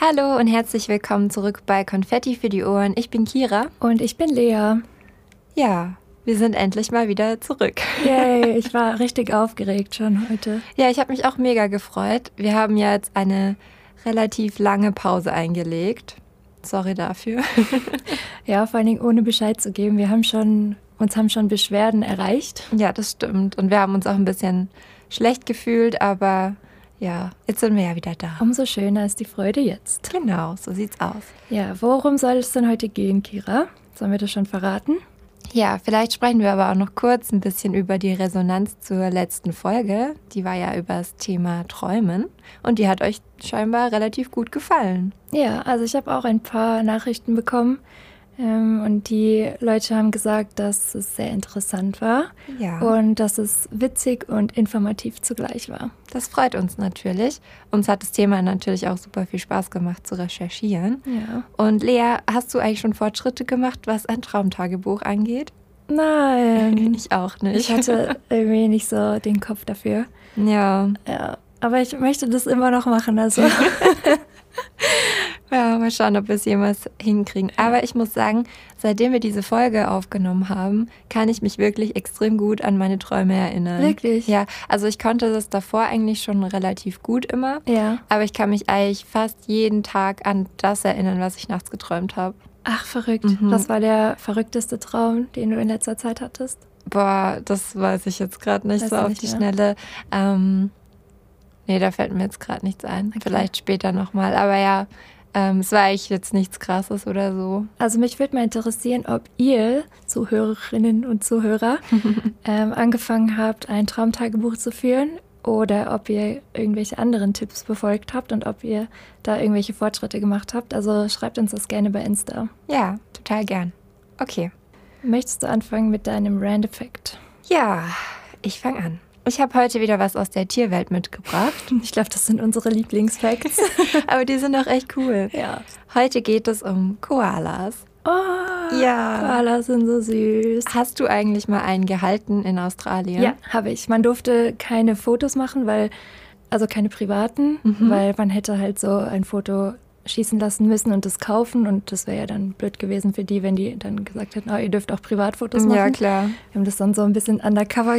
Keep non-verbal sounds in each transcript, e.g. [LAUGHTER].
Hallo und herzlich willkommen zurück bei Konfetti für die Ohren. Ich bin Kira. Und ich bin Lea. Ja, wir sind endlich mal wieder zurück. Yay, ich war richtig aufgeregt schon heute. Ja, ich habe mich auch mega gefreut. Wir haben ja jetzt eine relativ lange Pause eingelegt. Sorry [LAUGHS] dafür. Ja, vor allen Dingen ohne Bescheid zu geben. Wir haben schon, uns haben schon Beschwerden erreicht. ja, das stimmt. Und wir haben uns auch ein bisschen schlecht gefühlt, aber ja, jetzt sind wir ja wieder da. Umso schöner ist die Freude jetzt. Genau, so sieht's aus. Ja, worum soll es denn heute gehen, Kira? Sollen wir das schon verraten? Ja, vielleicht sprechen wir aber auch noch kurz ein bisschen über die Resonanz zur letzten Folge. Die war ja über das Thema Träumen und die hat euch scheinbar relativ gut gefallen. Ja, also ich habe auch ein paar Nachrichten bekommen. Ähm, und die Leute haben gesagt, dass es sehr interessant war Ja. und dass es witzig und informativ zugleich war. Das freut uns natürlich. Uns hat das Thema natürlich auch super viel Spaß gemacht zu recherchieren. Ja. [LAUGHS] Und Lea, hast du eigentlich schon Fortschritte gemacht, was ein Traumtagebuch angeht? [LAUGHS] Nein. Ich auch Ich hatte irgendwie nicht so den Kopf dafür. [LAUGHS] ja. Ja, aber ich möchte das immer noch machen. Also ja, mal schauen, ob wir es jemals hinkriegen. Aber ich muss sagen, seitdem wir diese Folge aufgenommen haben, kann ich mich wirklich extrem gut an meine Träume erinnern. Wirklich? Ja, also ich konnte das davor eigentlich schon relativ gut immer. [LAUGHS] ja. Aber ich kann mich eigentlich fast jeden Tag an das erinnern, was ich nachts geträumt habe. Ach, verrückt. Mhm. Was war der verrückteste Traum, den du in letzter Zeit hattest? Boah, das weiß ich jetzt gerade nicht Weißt so du auf nicht die mehr? Schnelle. Ähm, nee, da fällt mir jetzt gerade nichts ein. Okay. Vielleicht später nochmal. Aber ja, ähm, es war eigentlich jetzt nichts Krasses oder so. Also mich würde mal interessieren, ob ihr Zuhörerinnen und [LAUGHS] Zuhörer ähm, angefangen habt, ein Traumtagebuch zu führen oder ob ihr irgendwelche anderen Tipps befolgt habt und ob ihr da irgendwelche Fortschritte gemacht habt. Also schreibt uns das gerne bei Insta. Ja, total gern. Okay. Möchtest du anfangen mit deinem Rand-Effekt? Ja, ich fange an. Ich habe heute wieder was aus der Tierwelt [LAUGHS] mitgebracht, Ich glaube, das sind unsere Lieblingsfacts. [LAUGHS] aber die sind auch echt cool. ja. Heute geht es um Koalas. Oh, Ja. Koalas sind so süß. Hast du eigentlich mal einen gehalten in Australien? Ja, habe ich. Man durfte keine Fotos machen, weil, also keine privaten, Mhm. weil man hätte halt so ein Foto schießen lassen müssen und das kaufen und das wäre ja dann blöd gewesen für die, wenn die dann gesagt hätten, oh, ihr dürft auch Privatfotos machen. Ja, klar. Wir haben das dann so ein bisschen undercover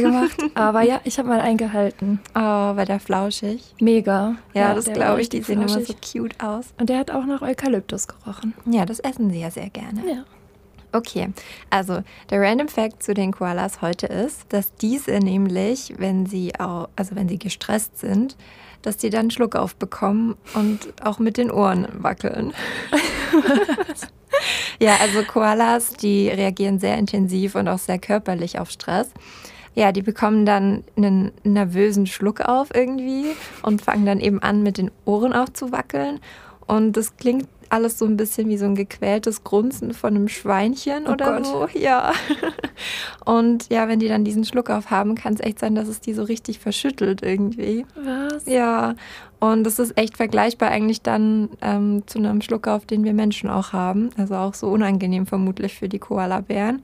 [LAUGHS] gemacht, aber ja, ich habe mal eingehalten. Oh, war der flauschig. Mega. Ja, das der glaube war ich. Die richtig sehen immer so flauschig. cute aus. Und der hat auch nach Eukalyptus gerochen. Ja, das essen sie ja sehr gerne. Ja. Okay, also der Random Fact zu den Koalas heute ist, dass diese nämlich, wenn sie auch, also wenn sie gestresst sind, dass die dann Schluck aufbekommen und auch mit den Ohren wackeln. ja, also Koalas, die reagieren sehr intensiv und auch sehr körperlich auf Stress. Ja, die bekommen dann einen nervösen Schluck auf irgendwie und fangen dann eben an, mit den Ohren auch zu wackeln. Und das klingt alles so ein bisschen wie so ein gequältes Grunzen von einem Schweinchen Oh oder Gott. so. [LAUGHS] Ja. Und ja, wenn die dann diesen Schluck aufhaben, kann es echt sein, dass es die so richtig verschüttelt irgendwie. Was? Ja, und das ist echt vergleichbar eigentlich dann ähm, zu einem Schluckauf, den wir Menschen auch haben. Also auch so unangenehm vermutlich für die Koalabären.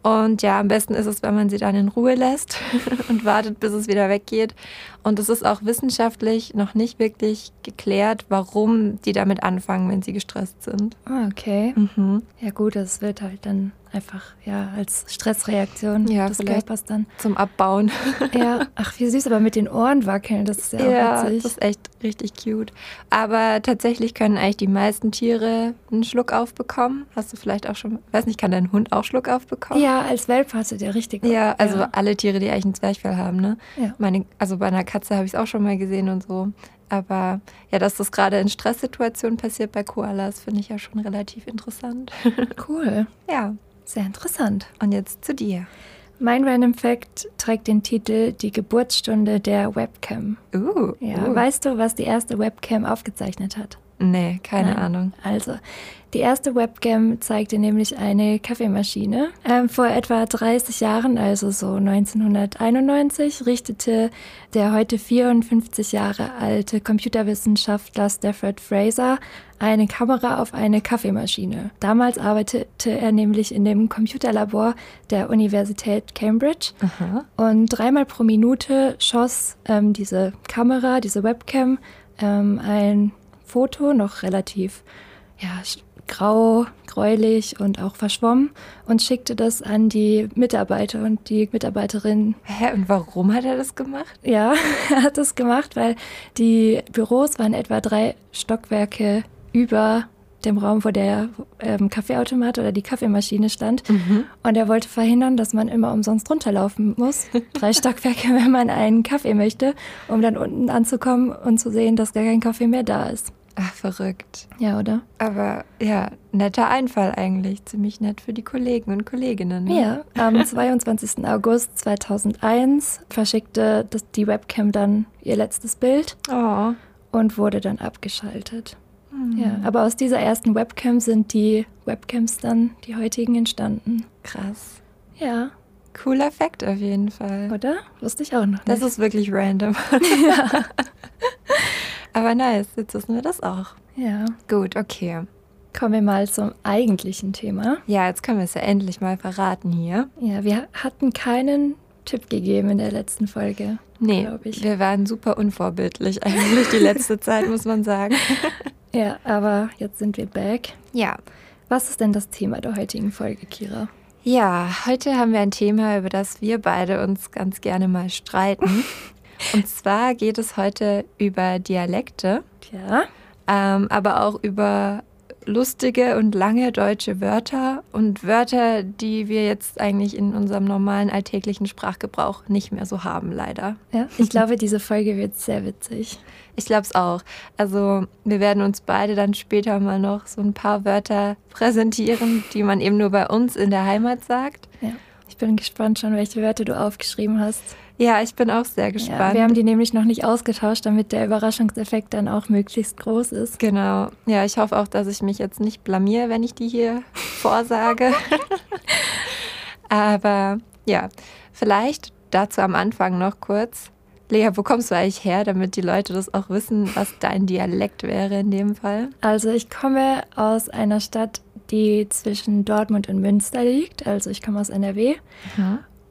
Und ja, am besten ist es, wenn man sie dann in Ruhe lässt [LAUGHS] und wartet, bis es wieder weggeht. Und es ist auch wissenschaftlich noch nicht wirklich geklärt, warum die damit anfangen, wenn sie gestresst sind. Ah, okay. Mhm. Ja gut, das wird halt dann einfach ja als Stressreaktion Ja, des vielleicht. Körpers dann. Zum Abbauen. Ja, ach wie süß, aber mit den Ohren wackeln, das ist ja, auch witzig. das ist echt richtig cute. Aber tatsächlich können eigentlich die meisten Tiere einen Schluck aufbekommen. Hast du vielleicht auch schon, weiß nicht, kann dein Hund auch Schluck aufbekommen? ja, als Welpe hast du dir richtig. Ja, also Ja. alle Tiere, die eigentlich einen Zwerchfell haben, ne? Ja. Meine, also bei einer Katze habe ich es auch schon mal gesehen und so. Aber ja, dass das gerade in Stresssituationen passiert bei Koalas, finde ich ja schon relativ interessant. [LAUGHS] Cool. ja, Sehr interessant. und jetzt zu dir. Mein Random Fact trägt den Titel Die Geburtsstunde der Webcam. Uh, Ja, uh. weißt du, was die erste Webcam aufgezeichnet hat? Nee, keine Nein. Ahnung. Also, die erste Webcam zeigte nämlich eine Kaffeemaschine. Ähm, vor etwa 30 Jahren, also so 1991, richtete der heute 54 Jahre alte Computerwissenschaftler Stafford Fraser eine Kamera auf eine Kaffeemaschine. Damals arbeitete er nämlich in dem Computerlabor der Universität Cambridge Aha. und dreimal pro Minute schoss ähm, diese Kamera, diese Webcam, ähm, ein Foto, noch relativ ja, sch- grau, gräulich und auch verschwommen, und schickte das an die Mitarbeiter. Und die Mitarbeiterin, Hä, und warum hat er das gemacht? ja, [LAUGHS] hat das gemacht, weil die Büros waren etwa drei Stockwerke über dem Raum, wo der ähm, Kaffeeautomat oder die Kaffeemaschine stand. Und er wollte verhindern, dass man immer umsonst runterlaufen muss. Drei Stockwerke, wenn man einen Kaffee möchte, um dann unten anzukommen und zu sehen, dass gar kein Kaffee mehr da ist. Ach, verrückt. Ja, oder? Aber ja, netter Einfall eigentlich. Ziemlich nett für die Kollegen und Kolleginnen. ne? Ja, am 22. August 2001 verschickte das, die Webcam dann ihr letztes Bild Oh. und wurde dann abgeschaltet. Ja, aber aus dieser ersten Webcam sind die Webcams dann, die heutigen, entstanden. Krass. Ja, Cooler Fact auf jeden Fall. oder? Wusste ich auch noch Das nicht. ist wirklich random. [LAUGHS] Aber nice, jetzt wissen wir das auch. ja. Gut, okay. Kommen wir mal zum eigentlichen Thema. Ja, jetzt können wir es ja endlich mal verraten hier. Ja, wir hatten keinen Tipp gegeben in der letzten Folge. Nee, Glaub ich. wir waren super unvorbildlich eigentlich die letzte Zeit, muss man sagen. Ja, aber jetzt sind wir back. Ja. Was ist denn das Thema der heutigen Folge, Kira? Ja, heute haben wir ein Thema, über das wir beide uns ganz gerne mal [LAUGHS] streiten. Und zwar geht es heute über Dialekte, Tja, ähm, aber auch über lustige und lange deutsche Wörter und Wörter, die wir jetzt eigentlich in unserem normalen alltäglichen Sprachgebrauch nicht mehr so haben, leider. ja ich glaube, diese Folge wird sehr witzig. Ich glaube es auch. Also wir werden uns beide dann später mal noch so ein paar Wörter präsentieren, die man eben nur bei uns in der Heimat sagt. Ja. Ich bin gespannt schon, welche Wörter du aufgeschrieben hast. Ja, ich bin auch sehr Ja, gespannt. wir haben die nämlich noch nicht ausgetauscht, damit der Überraschungseffekt dann auch möglichst groß ist. genau. Ja, ich hoffe auch, dass ich mich jetzt nicht blamier, wenn ich die hier vorsage. Aber ja, vielleicht dazu am Anfang noch kurz. Lea, wo kommst du eigentlich her, damit die Leute das auch wissen, was dein Dialekt wäre in dem Fall? Also ich komme aus einer Stadt, die zwischen Dortmund und Münster liegt. Also ich komme aus NRW.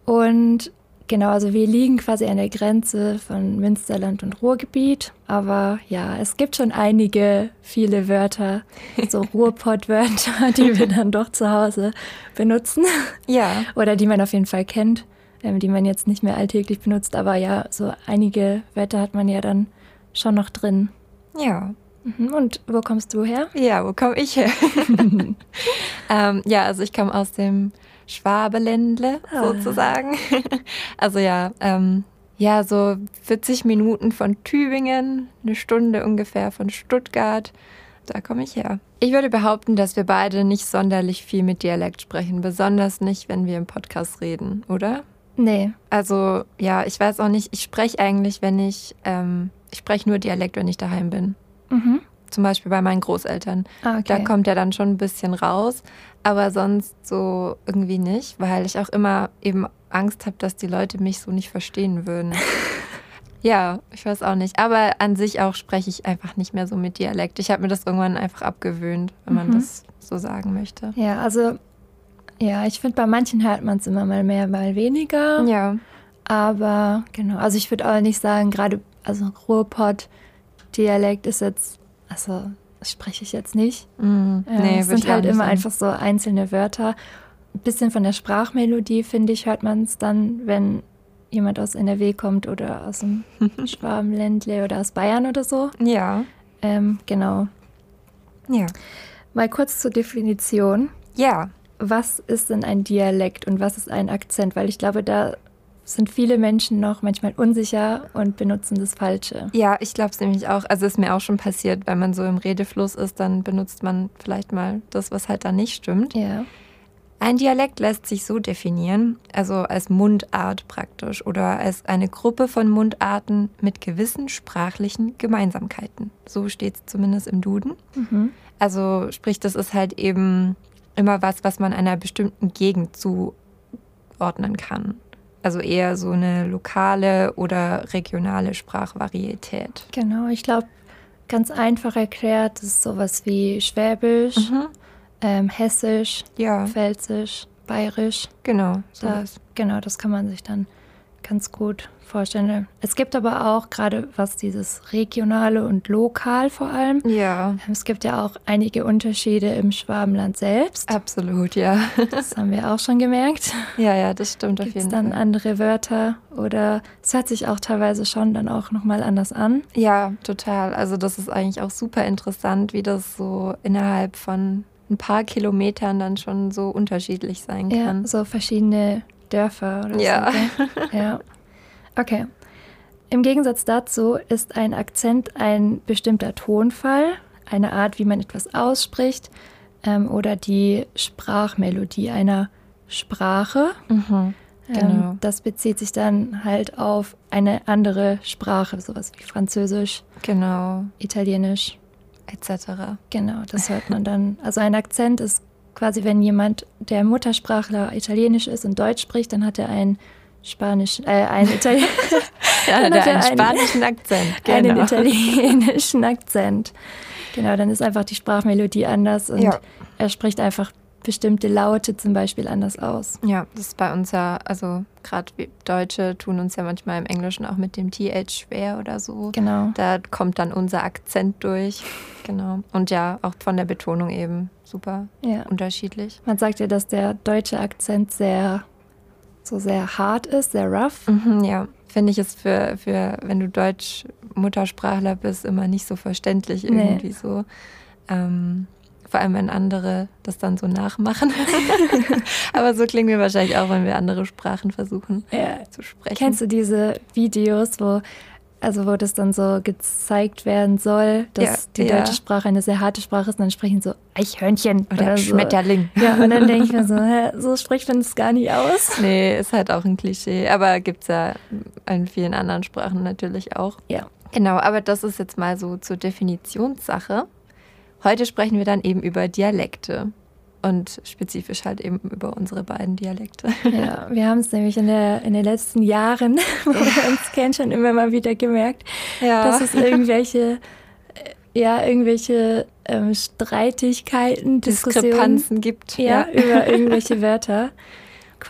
Und genau, also wir liegen quasi an der Grenze von Münsterland und Ruhrgebiet. Aber ja, es gibt schon einige, viele Wörter, so Ruhrpott-Wörter, die wir dann doch zu Hause benutzen. Ja. Oder die man auf jeden Fall kennt, ähm, die man jetzt nicht mehr alltäglich benutzt. Aber ja, so einige Wörter hat man ja dann schon noch drin. Ja. Mhm. Und wo kommst du her? Ja, wo komme ich her? ähm, ja, also ich komme aus dem Schwabeländle Ah. sozusagen. [LAUGHS] also ja, ähm, ja, so 40 Minuten von Tübingen, eine Stunde ungefähr von Stuttgart. Da komme ich her. Ich würde behaupten, dass wir beide nicht sonderlich viel mit Dialekt sprechen, besonders nicht, wenn wir im Podcast reden, oder? Nee, Also ja, ich weiß auch nicht, ich spreche eigentlich, wenn ich, ähm, ich spreche nur Dialekt, wenn ich daheim bin. Mhm. Zum Beispiel bei meinen Großeltern. Ah, Da okay. kommt er dann schon ein bisschen raus, aber sonst so irgendwie nicht, weil ich auch immer eben Angst habe, dass die Leute mich so nicht verstehen [LAUGHS] würden. ja, ich weiß auch nicht. Aber an sich auch spreche ich einfach nicht mehr so mit Dialekt. Ich habe mir das irgendwann einfach abgewöhnt, wenn man Mhm. das so sagen möchte. Ja, also ja, ich finde, bei manchen hört man es immer mal mehr, mal weniger. Ja, Aber genau, also ich würde auch nicht sagen, gerade, also Ruhrpott-Dialekt ist jetzt, also das spreche ich jetzt nicht. mhm. Ähm, nee, würd es sind ich auch halt nicht immer sagen. einfach so einzelne Wörter. Ein bisschen von der Sprachmelodie, finde ich, hört man es dann, wenn jemand aus NRW kommt oder [LAUGHS] aus dem Schwabenländle oder aus Bayern oder so. Ja, Ähm, genau. ja, Mal kurz zur Definition. ja. was ist denn ein Dialekt und was ist ein Akzent? Weil ich glaube, da sind viele Menschen noch manchmal unsicher und benutzen das Falsche. Ja, ich glaube es nämlich auch. Also ist mir auch schon passiert, wenn man so im Redefluss ist, dann benutzt man vielleicht mal das, was halt da nicht stimmt. Ja. Ein Dialekt lässt sich so definieren, also als Mundart praktisch oder als eine Gruppe von Mundarten mit gewissen sprachlichen Gemeinsamkeiten. So steht es zumindest im Duden. Mhm. Also sprich, das ist halt eben immer was, was man einer bestimmten Gegend zuordnen kann. Also eher so eine lokale oder regionale Sprachvarietät. Genau, ich glaube, ganz einfach erklärt, ist sowas wie Schwäbisch, Mhm. ähm, Hessisch, Ja, Pfälzisch, Bayerisch. genau. Da, sowas. genau, das kann man sich dann ganz gut vorstellen. Es gibt aber auch gerade was dieses Regionale und Lokal vor allem. Ja, Es gibt ja auch einige Unterschiede im Schwabenland selbst. absolut, [LAUGHS] ja. Das haben wir auch schon gemerkt. Ja, ja, das stimmt auf Gibt es jeden dann Fall. andere Wörter oder es hört sich auch teilweise schon dann auch nochmal anders an. Ja, total. Also das ist eigentlich auch super interessant, wie das so innerhalb von ein paar Kilometern dann schon so unterschiedlich sein Ja, kann. so verschiedene Dörfer oder Ja. so. [LAUGHS] gell? ja. Okay. Im Gegensatz dazu ist ein Akzent ein bestimmter Tonfall, eine Art, wie man etwas ausspricht ähm, oder die Sprachmelodie einer Sprache. Mhm. Genau. Ähm, das bezieht sich dann halt auf eine andere Sprache, sowas wie Französisch, Genau, Italienisch etc. Genau, das hört man dann. Also ein Akzent ist quasi, wenn jemand, der Muttersprachler Italienisch ist und Deutsch spricht, dann hat er einen Spanisch, äh, einen, Itali [LAUGHS] Ja, Dann der hat er einen einen- spanischen Akzent. [LAUGHS] [LAUGHS] einen Genau. italienischen Akzent. Genau, dann ist einfach die Sprachmelodie anders und Ja. er spricht einfach bestimmte Laute zum Beispiel anders aus. Ja, das ist bei uns ja, also gerade wir Deutsche tun uns ja manchmal im Englischen auch mit dem TH schwer oder so. Genau. Da kommt dann unser Akzent durch. Genau. Und ja, auch von der Betonung eben super Ja. unterschiedlich. Man sagt ja, dass der deutsche Akzent sehr, so sehr hart ist, sehr rough. Mhm, ja, finde ich es für, für, wenn du Deutsch-Muttersprachler bist, immer nicht so verständlich Nee. irgendwie so. Ähm, vor allem, wenn andere das dann so [LAUGHS] nachmachen. Aber so klingen wir wahrscheinlich auch, wenn wir andere Sprachen versuchen Ja, zu sprechen. Kennst du diese Videos, wo also wo das dann so gezeigt werden soll, dass Ja, die ja. deutsche Sprache eine sehr harte Sprache ist und dann sprechen so Eichhörnchen Oder, oder, so. [LAUGHS] Schmetterling. Ja, und dann denke ich mir so, hä, so spricht man es gar nicht aus. Nee, ist halt auch ein Klischee, aber gibt es ja in vielen anderen Sprachen natürlich auch. Ja. Genau, aber das ist jetzt mal so zur Definitionssache. Heute sprechen wir dann eben über Dialekte und spezifisch halt eben über unsere beiden Dialekte. ja wir haben es nämlich in, der, in den letzten Jahren, [LAUGHS] wo wir uns kennen, schon immer mal wieder gemerkt, [LAUGHS] Ja. dass es irgendwelche, äh, ja, irgendwelche ähm, Streitigkeiten, Diskussionen Diskrepanzen gibt. ja, über irgendwelche Wörter.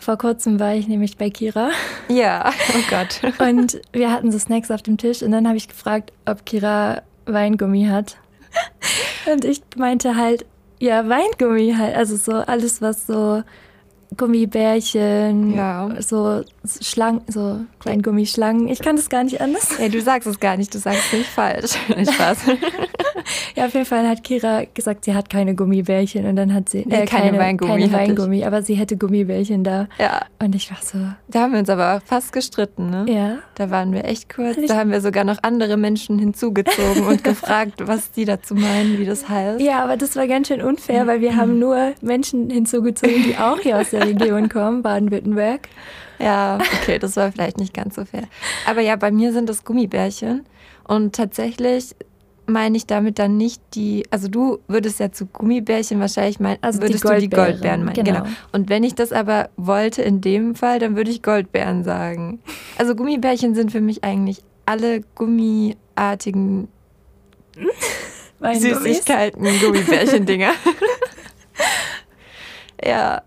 Vor kurzem war ich nämlich bei Kira. Ja, [LAUGHS] oh Gott. Und wir hatten so Snacks auf dem Tisch und dann habe ich gefragt, ob Kira Weingummi hat. Und ich meinte halt, ja, Weingummi halt. Also so alles, was so Gummibärchen, Ja. so Schlangen, so kleine Gummischlangen. Ich kann das gar nicht anders. Ja, du sagst es gar nicht, du sagst es nicht falsch. [LAUGHS] Nicht Spaß. Ja, auf jeden Fall hat Kira gesagt, sie hat keine Gummibärchen und dann hat sie äh, Nee, keine Weingummi keine hatte ich. Weingummi aber sie hätte Gummibärchen da. Ja, Und ich war so, da haben wir uns aber fast gestritten, ne? ja, Da waren wir echt kurz. Ich- Da haben wir sogar noch andere Menschen hinzugezogen [LAUGHS] und gefragt, was die dazu meinen, wie das heißt. Ja, aber das war ganz schön unfair, weil wir haben nur Menschen hinzugezogen, die auch hier aus der [LAUGHS] Region kommen, Baden-Württemberg. Ja, okay, das war vielleicht nicht ganz so fair. Aber ja, bei mir sind das Gummibärchen. Und tatsächlich meine ich damit dann nicht die, also du würdest ja zu Gummibärchen wahrscheinlich meinen, Also die würdest du die Goldbeeren, Goldbeeren meinen. Genau. genau. Und wenn ich das aber wollte in dem Fall, dann würde ich Goldbeeren sagen. Also Gummibärchen sind für mich eigentlich alle gummiartigen Mein Süßigkeiten, Gummibärchen-Dinger. [LAUGHS] ja.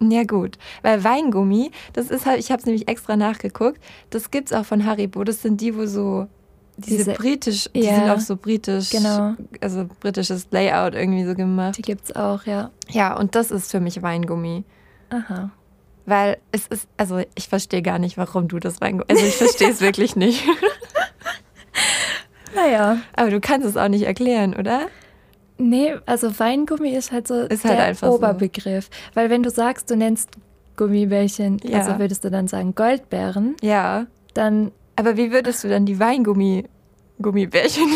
Ja gut, weil Weingummi, das ist halt, ich habe es nämlich extra nachgeguckt, das gibt's auch von Haribo, das sind die, wo so diese, Diese- britisch, die ja. sind auch so britisch, Genau. also britisches Layout irgendwie so gemacht. Die gibt's auch, ja. Ja, und das ist für mich Weingummi, Aha. weil es ist, also ich verstehe gar nicht, warum du das Weingummi, also ich verstehe [LAUGHS] es wirklich nicht. Naja. Aber du kannst es auch nicht erklären, oder? Nee, also Weingummi ist halt so Ist der halt einfach so. Oberbegriff. Weil wenn du sagst, du nennst Gummibärchen, Ja. also würdest du dann sagen Goldbeeren, Ja. dann Aber wie würdest du dann die Weingummi Gummibärchen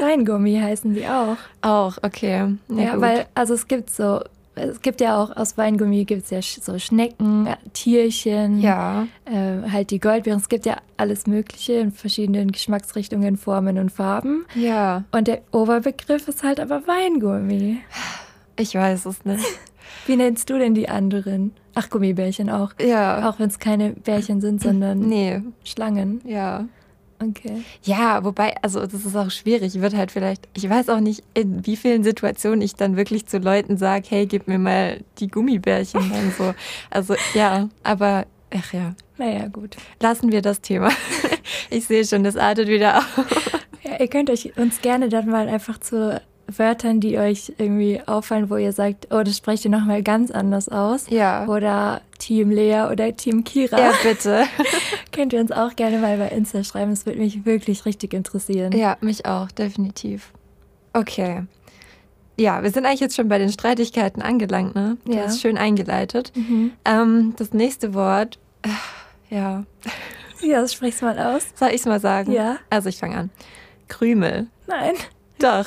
Weingummi heißen die auch. [LAUGHS] auch? Okay. Ja, gut. weil, also es gibt so es gibt ja auch aus Weingummi gibt es ja sch- so Schnecken, Tierchen, Ja. äh, halt die Goldbeeren. Es gibt ja alles Mögliche in verschiedenen Geschmacksrichtungen, Formen und Farben. Ja. Und der Oberbegriff ist halt aber Weingummi. Ich weiß es nicht. Wie nennst du denn die anderen? Ach, Gummibärchen auch. [LAUGHS] Ja. Auch wenn es keine Bärchen sind, sondern Oh, Nee, Schlangen. ja. Okay. Ja, wobei, also das ist auch schwierig. Wird halt vielleicht, ich weiß auch nicht, in wie vielen Situationen ich dann wirklich zu Leuten sage, hey, gib mir mal die Gummibärchen und [LAUGHS] so. Also ja, aber ach ja, Naja, gut. lassen wir das Thema. [LAUGHS] Ich sehe schon, das artet wieder auf. Ja, ihr könnt euch uns gerne dann mal einfach zu Wörtern, die euch irgendwie auffallen, wo ihr sagt, oh, das sprecht ihr nochmal ganz anders aus. Ja. Oder Team Lea oder Team Kira. Ja, bitte. [LAUGHS] Könnt ihr uns auch gerne mal bei Insta schreiben. Das würde mich wirklich richtig interessieren. Ja, mich auch, definitiv. Okay. Ja, wir sind eigentlich jetzt schon bei den Streitigkeiten angelangt, ne? Du Ja. hast schön eingeleitet. Mhm. Ähm, das nächste Wort, äh, ja, Ja, das sprichst du mal aus. soll ich es mal sagen? Ja. Also ich fange an. Krümel. Nein. Doch.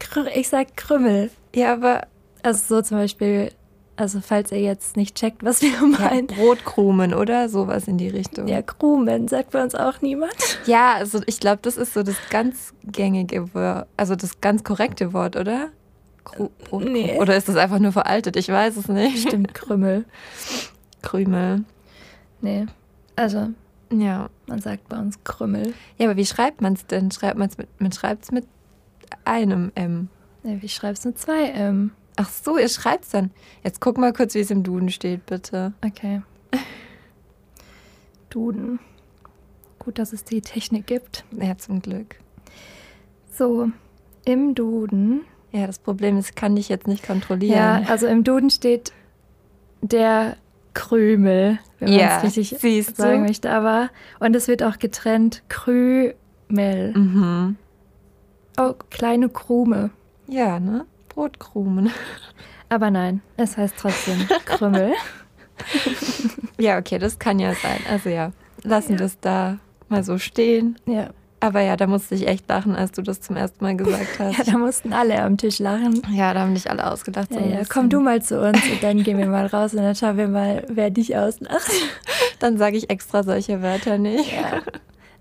Krü- Ich sag Krümmel. Ja, aber Also so zum Beispiel, also falls ihr jetzt nicht checkt, was wir ja, meinen. Brotkrumen oder sowas in die Richtung. Ja, Krumen sagt bei uns auch niemand. Ja, also ich glaube, das ist so das ganz gängige Wort, also das ganz korrekte Wort, oder? Kru Brotkrumen. Äh, nee. Oder ist das einfach nur veraltet? Ich weiß es nicht. Stimmt, Krümmel. [LAUGHS] Krümel. Nee. Also, Ja. man sagt bei uns Krümmel. Ja, aber wie schreibt man es denn? Schreibt man's mit, man schreibt es mit einem M. Nee, wie schreibst du zwei ähm, M? Ach so, ihr schreibt es dann. Jetzt guck mal kurz, wie es im Duden steht, bitte. Okay. [LAUGHS] Duden. Gut, dass es die Technik gibt. Ja, zum Glück. So, im Duden. Ja, das Problem ist, kann ich jetzt nicht Ja, kontrollieren. also im Duden steht der Krümel, wenn man Ja, es richtig siehst du. sagen möchte. Aber, und es wird auch getrennt Krümel. Mhm. Oh, kleine Krume. Ja, ne? Brotkrumen. [LAUGHS] Aber nein, es heißt trotzdem Krümmel. Ja, okay, das kann ja sein. Also ja, lassen wir es da mal so stehen. ja. Aber ja, da musste ich echt lachen, als du das zum ersten Mal [LAUGHS] gesagt ja, hast. da mussten alle am Tisch lachen. Ja, da haben dich alle ausgedacht. Ja, ein ja, bisschen. komm du mal zu uns und dann gehen wir mal raus und dann schauen wir mal, wer dich auslacht. [LAUGHS] Dann sage ich extra solche Wörter nicht. Ja.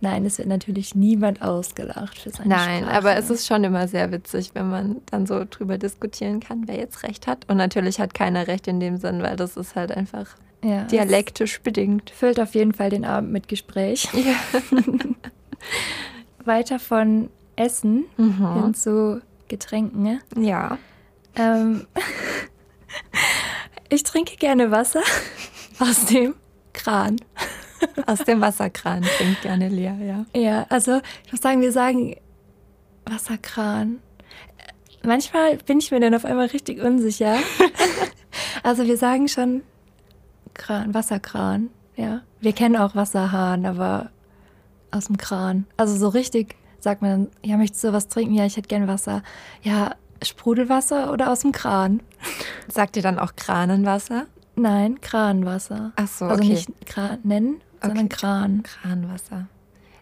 Nein, es wird natürlich niemand ausgelacht für seine Nein, Sprache. aber es ist schon immer sehr witzig, wenn man dann so drüber diskutieren kann, wer jetzt recht hat. Und natürlich hat keiner recht in dem Sinn, weil das ist halt einfach ja, dialektisch bedingt. Es füllt auf jeden Fall den Abend mit Gespräch. Ja. Weiter von Essen hin Mhm. zu Getränken. Ne? Ja. Ähm, [LAUGHS] ich trinke gerne Wasser [LAUGHS] aus dem Kran. Aus dem Wasserkran trinkt gerne Lea, ja. Ja, also ich muss sagen, wir sagen Wasserkran. Äh, Manchmal bin ich mir dann auf einmal [LAUGHS] richtig unsicher. also wir sagen schon Kran, Wasserkran, ja. Wir kennen auch Wasserhahn, aber aus dem Kran. Also so richtig sagt man dann, ja, möchtest du was trinken? Ja, ich hätte gern Wasser. Ja, Sprudelwasser oder aus dem Kran? Sagt ihr dann auch Kranenwasser? Nein, Kranwasser. Ach so, Also okay. nicht Kran nennen, sondern Okay. Kran. Kranwasser.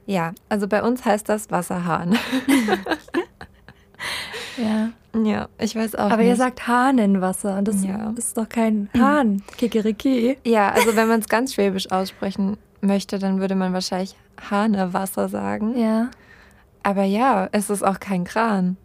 Ja, also bei uns heißt das Wasserhahn. Ja. [LAUGHS] Ja, ich weiß auch Aber nicht. ihr sagt Hahnenwasser und das Ja. ist doch kein Hahn. Kikeriki. ja, also wenn man es ganz schwäbisch aussprechen möchte, dann würde man wahrscheinlich Hahnewasser sagen. Ja. Aber ja, es ist auch kein Kran.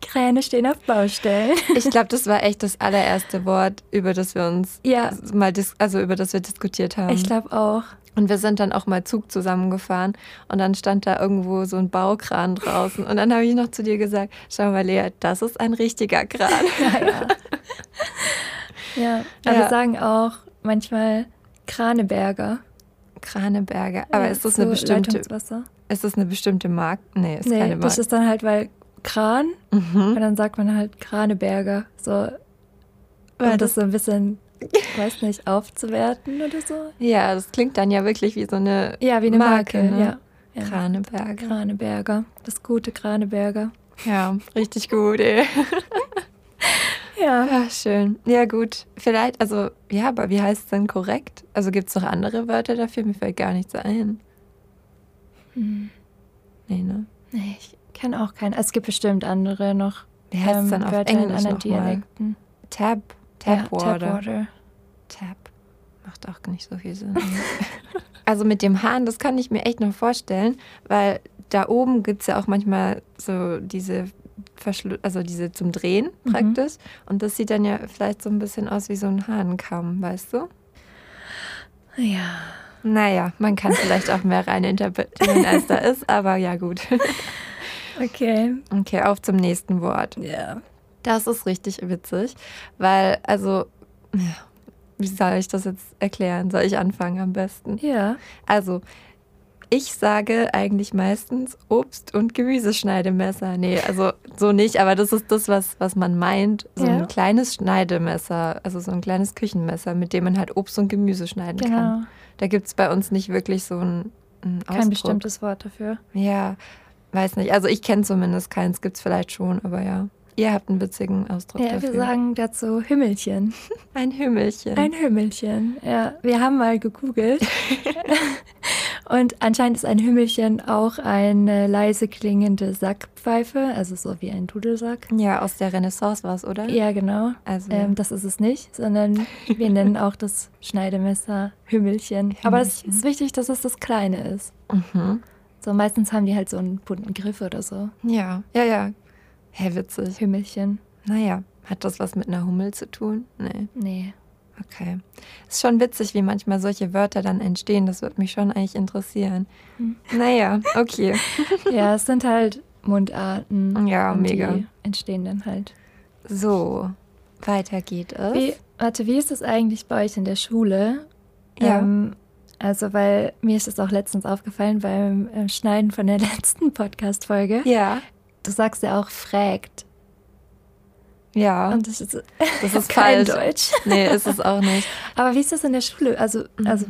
Kräne stehen auf [LAUGHS] Baustellen. Ich glaube, das war echt das allererste Wort, über das wir uns Ja. mal dis also über das wir diskutiert haben. Ich glaube auch. und wir sind dann auch mal Zug zusammengefahren und dann stand da irgendwo so ein Baukran draußen und dann habe ich noch zu dir gesagt, schau mal Lea, das ist ein richtiger Kran. [LAUGHS] Ja, ja. ja. Aber Ja. wir sagen auch manchmal Kraneberger. Kraneberger, aber Ja, ist das so eine bestimmte Leitungswasser. ist das eine bestimmte Marke? Nee, ist Nee, keine Mhm. das Marke. ist dann halt, weil Kran und dann sagt man halt Kraneberger. So, Weil um das so ein bisschen, weiß nicht, aufzuwerten oder so. Ja, das klingt dann ja wirklich wie so eine Ja, wie eine Marke. ne? ja. ja. Kraneberger. Kraneberger. Das gute Kraneberger. Ja, richtig gut, ey. Ja. Ja, Ah, schön. Ja, gut. Vielleicht, also, ja, aber wie heißt es denn korrekt? Also gibt es noch andere Wörter dafür? Mir fällt gar nichts ein. ne? Hm. Nee, ne? Nee, ich kenne auch keinen. Es gibt bestimmt andere noch Wie heißt es dann auf Ähm, Wörter in Englisch anderen nochmal? Dialekten. Tap. Ja, Tap Water. Tapwater. Tap. Macht auch nicht so viel [LAUGHS] Sinn. also mit dem Hahn, das kann ich mir echt noch vorstellen, weil da oben gibt es ja auch manchmal so diese Verschlu also diese zum Drehen Mhm. praktisch. Und das sieht dann ja vielleicht so ein bisschen aus wie so ein Hahnkamm, weißt du? Ja. Naja, man kann vielleicht auch mehr rein interpretieren, als da ist, aber ja gut. Okay. Okay, auf zum nächsten Wort. Ja. Das ist richtig witzig, weil, also, ja, wie soll ich das jetzt erklären? Soll ich anfangen am besten? Ja. Also, ich sage eigentlich meistens Obst- und Gemüseschneidemesser. Nee, also so nicht, aber das ist das, was, was man meint. So Ja. ein kleines Schneidemesser, also so ein kleines Küchenmesser, mit dem man halt Obst und Gemüse schneiden kann. Genau. Da gibt es bei uns nicht wirklich so ein, ein Ausdruck. Kein bestimmtes Wort dafür. Ja, weiß nicht. Also ich kenne zumindest keins, gibt es vielleicht schon, aber ja. Ihr habt einen witzigen Ausdruck Ja, dafür. wir sagen dazu Himmelchen. ein Himmelchen. Ein Himmelchen. Ja, wir haben [LAUGHS] mal gegoogelt. Und anscheinend ist ein Himmelchen auch eine leise klingende Sackpfeife, also so wie ein Dudelsack. ja, aus der Renaissance war es, oder? Ja, genau. Also, Ähm, das ist es nicht, sondern [LAUGHS] wir nennen auch das Schneidemesser Himmelchen. Aber es ist wichtig, dass es das Kleine ist. mhm. So meistens haben die halt so einen bunten Griff oder so. ja, ja, ja. Hä, witzig. Himmelchen. Naja, hat das was mit einer Hummel zu tun? Nee, [LAUGHS] Nee. okay. Ist schon witzig, wie manchmal solche Wörter dann entstehen. Das würde mich schon eigentlich interessieren. Hm. Naja, okay. Ja, es sind halt Mundarten. Ja, und mega. Die entstehen dann halt. So, weiter geht es. Wie, warte, wie ist das eigentlich bei euch in der Schule? Ja. Ähm, also, weil mir ist das auch letztens aufgefallen beim ähm, Schneiden von der [LAUGHS] letzten Podcast-Folge. Ja, Du sagst ja auch frägt. ja. Und das ist, [LAUGHS] Das ist kein falsch. Deutsch. Nee, ist es auch nicht. Aber wie ist das in der Schule? Also, also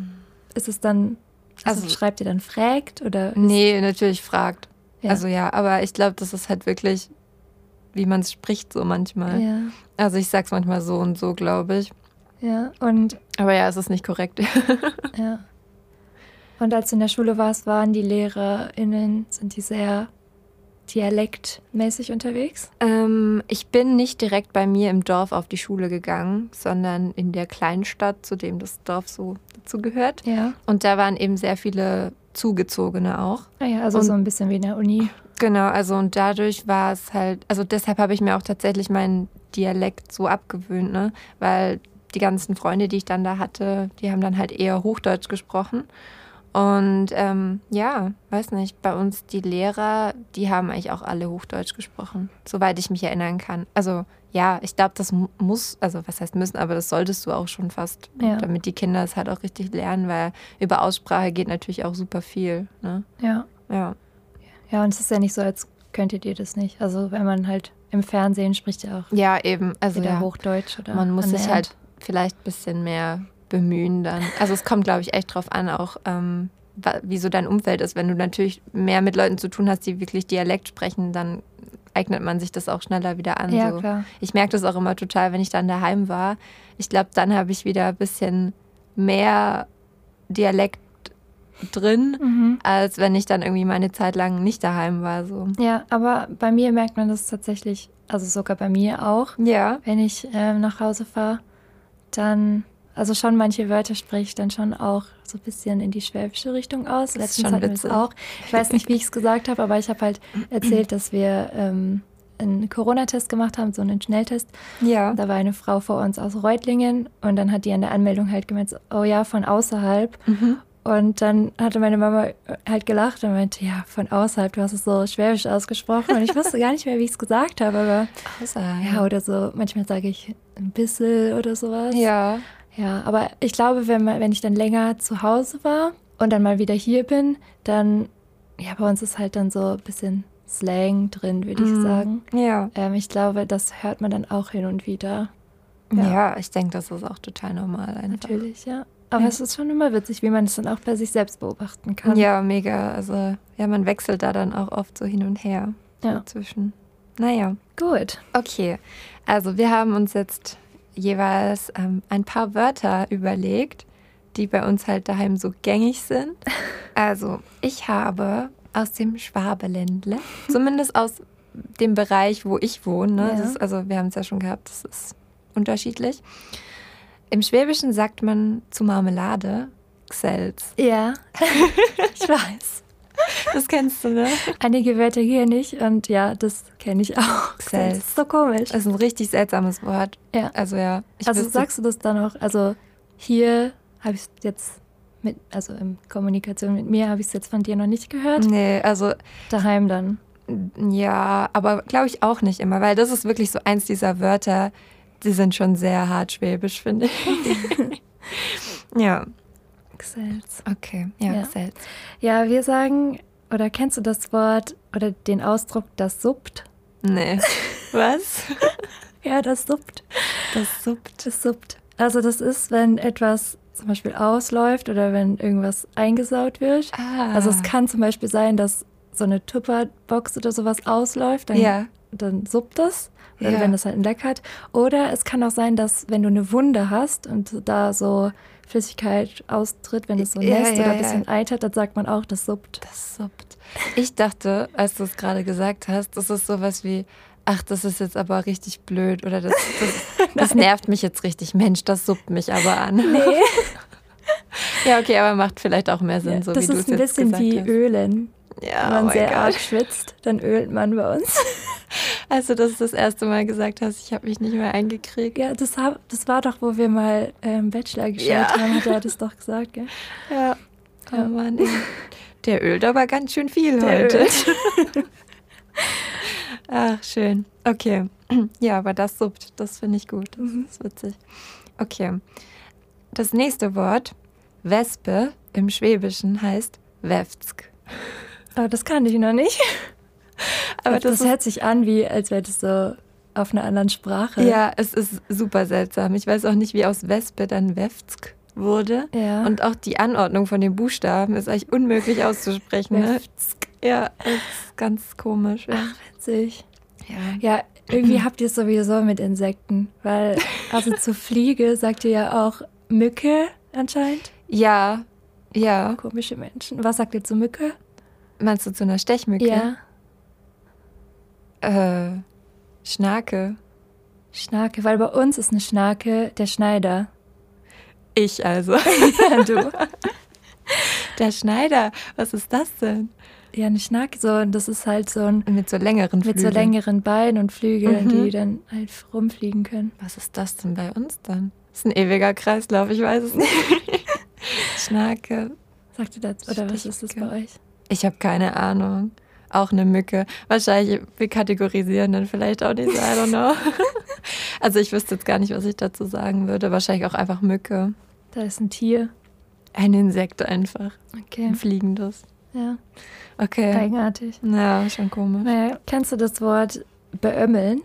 ist es dann, also, Mhm. Also- schreibt ihr dann frägt oder? Nee, natürlich fragt. Ja. Also ja, aber ich glaube, das ist halt wirklich, wie man es spricht so manchmal. Ja, Also ich sag's manchmal so und so, glaube ich. ja. Und, Aber ja, es ist nicht korrekt. [LAUGHS] ja. Und als du in der Schule warst, waren die LehrerInnen, sind die sehr dialektmäßig unterwegs? ähm, ich bin nicht direkt bei mir im Dorf auf die Schule gegangen, sondern in der Kleinstadt, zu dem das Dorf so dazugehört. Ja. Und da waren eben sehr viele Zugezogene auch. Ah ja, also Und- so ein bisschen wie in der Uni. Genau, also und dadurch war es halt, also deshalb habe ich mir auch tatsächlich meinen Dialekt so abgewöhnt, ne? Weil die ganzen Freunde, die ich dann da hatte, die haben dann halt eher Hochdeutsch gesprochen. Und ähm, ja, weiß nicht, bei uns die Lehrer, die haben eigentlich auch alle Hochdeutsch gesprochen, soweit ich mich erinnern kann. Also ja, ich glaube, das mu- muss, also was heißt müssen, aber das solltest du auch schon fast, Ja. damit die Kinder es halt auch richtig lernen, weil über Aussprache geht natürlich auch super viel. Ne? Ja. Ja. Ja, und es ist ja nicht so, als könntet ihr das nicht. Also wenn man halt im Fernsehen spricht ja auch Ja, eben. Also wieder ja. Hochdeutsch oder Man muss sich annähernd. halt vielleicht ein bisschen mehr bemühen dann. Also es kommt, glaube ich, echt drauf an, auch ähm, wa- wie so dein Umfeld ist. Wenn du natürlich mehr mit Leuten zu tun hast, die wirklich Dialekt sprechen, dann eignet man sich das auch schneller wieder an. Ja, so. klar. Ich merke das auch immer total, wenn ich dann daheim war. Ich glaube, dann habe ich wieder ein bisschen mehr Dialekt drin, Mhm. als wenn ich dann irgendwie meine Zeit lang nicht daheim war. So. Ja, aber bei mir merkt man das tatsächlich, also sogar bei mir auch, Ja. wenn ich ähm, nach Hause fahre, dann, also schon manche Wörter spreche ich dann schon auch so ein bisschen in die schwäbische Richtung aus. Das ist Letztens schon hatten wir es witzig. auch. Ich weiß nicht, wie ich es gesagt habe, aber ich habe halt erzählt, dass wir ähm, einen Corona-Test gemacht haben, so einen Schnelltest. Ja. Da war eine Frau vor uns aus Reutlingen und dann hat die an der Anmeldung halt gemeint, so, oh ja, von außerhalb. Mhm. Und dann hatte meine Mama halt gelacht und meinte, ja, von außerhalb, du hast es so schwäbisch ausgesprochen. Und ich wusste gar nicht mehr, wie ich es gesagt habe, aber ja, oder so, manchmal sage ich ein bisschen oder sowas. Ja. Ja, aber ich glaube, wenn, man, wenn ich dann länger zu Hause war und dann mal wieder hier bin, dann, ja, bei uns ist halt dann so ein bisschen Slang drin, würde ich Mhm. sagen. Ja. Ähm, ich glaube, das hört man dann auch hin und wieder. Ja, ich denke, das ist auch total normal einfach. Natürlich, ja. Aber Ja. es ist schon immer witzig, wie man es dann auch bei sich selbst beobachten kann. Ja, mega. Also, ja, man wechselt da dann auch oft so hin und her ja. zwischen. Naja, Gut. okay. Also, wir haben uns jetzt jeweils ähm, ein paar Wörter überlegt, die bei uns halt daheim so gängig sind. Also, ich habe aus dem Schwabeländle, zumindest aus dem Bereich, wo ich wohne. Ne? Ja. Das ist, also wir haben es ja schon gehabt, das ist unterschiedlich. Im Schwäbischen sagt man zu Marmelade Xels. Ja, ich weiß. Das kennst du, ne? Einige Wörter hier nicht und ja, das kenne ich auch. Xels. Das ist so komisch. Das ist ein richtig seltsames Wort. Ja. Also ja. Ich also wüsste- sagst du das dann auch? Also hier habe ich jetzt mit, also in Kommunikation mit mir habe ich es jetzt von dir noch nicht gehört. Nee, also Daheim dann. Ja, aber glaube ich auch nicht immer, weil das ist wirklich so eins dieser Wörter, die sind schon sehr hart schwäbisch, finde ich. [LAUGHS] ja, Gesells. okay. Ja, Ja. selbst. Ja, wir sagen, oder kennst du das Wort oder den Ausdruck, das suppt? Nee. [LAUGHS] Was? Ja, das suppt. Das suppt. Das suppt. Also das ist, wenn etwas zum Beispiel ausläuft oder wenn irgendwas eingesaut wird. Ah. Also es kann zum Beispiel sein, dass so eine Tupperbox oder sowas ausläuft, dann, Ja. dann suppt das. Oder Ja. wenn das halt ein Leck hat. Oder es kann auch sein, dass wenn du eine Wunde hast und da so Flüssigkeit austritt, wenn es so Ja, nässt ja, oder ein ja. bisschen eitert, dann sagt man auch, das suppt. Das suppt. Ich dachte, als du es gerade gesagt hast, das ist sowas wie, ach, das ist jetzt aber richtig blöd oder das, das, [LAUGHS] das nervt mich jetzt richtig. Mensch, das suppt mich aber an. Nee, [LAUGHS] Ja, okay, aber macht vielleicht auch mehr Sinn, so das wie du es ist ein jetzt bisschen gesagt wie hast. Ölen. Ja, Wenn man oh sehr mein arg Gott. schwitzt, dann ölt man bei [LAUGHS] uns. Als Also, du das das erste Mal gesagt hast, ich habe mich nicht mehr eingekriegt. Ja, das, hab, das war doch, wo wir mal ähm, Bachelor geschaut Ja. haben, hat er das doch gesagt, gell? Ja. Oh Ja. Mann, ey. der ölt aber ganz schön viel Der heute. ölt. [LAUGHS] Ach, schön. Okay. Ja, aber das suppt, das finde ich gut. Das ist witzig. Okay. Das nächste Wort, Wespe im Schwäbischen, heißt Wefzk. Aber das kannte ich noch nicht. [LAUGHS] Aber das, das, ist, hört sich an, wie als wäre das so auf einer anderen Sprache. ja, es ist super seltsam. Ich weiß auch nicht, wie aus Wespe dann Wefzk wurde. Ja. Und auch die Anordnung von den Buchstaben ist eigentlich unmöglich auszusprechen. Ne? Ja, das ist ganz komisch. Ja. witzig. Ja. Ja, irgendwie habt ihr es sowieso mit Insekten. Weil, also zu Fliege sagt ihr ja auch Mücke anscheinend. ja, ja. Komische Menschen. Was sagt ihr zu Mücke? Meinst du zu einer Stechmücke? Ja. Äh, Schnake. Schnake, weil bei uns ist eine Schnake der Schneider. Ich [LAUGHS] also. Ja, du. [LAUGHS] Der Schneider. Was ist das denn? Ja, eine Schnake, so, und das ist halt so ein Mit so längeren mit Flügeln. so längeren Beinen und Flügeln, Mhm. die dann halt rumfliegen können. Was ist das denn bei uns dann? Das ist ein ewiger Kreislauf, ich weiß es nicht. [LAUGHS] Schnake. Sagt ihr das? Oder was ist das bei euch? Ich habe keine Ahnung. Auch eine Mücke. Wahrscheinlich, wir kategorisieren dann vielleicht auch nicht, so, I don't [LAUGHS] know. Also ich wüsste jetzt gar nicht, was ich dazu sagen würde. Wahrscheinlich auch einfach Mücke. Da ist ein Tier. Ein Insekt einfach. Okay. Ein fliegendes. Ja, Okay. eigenartig. Ja, schon komisch. Naja, kennst du das Wort beömmeln?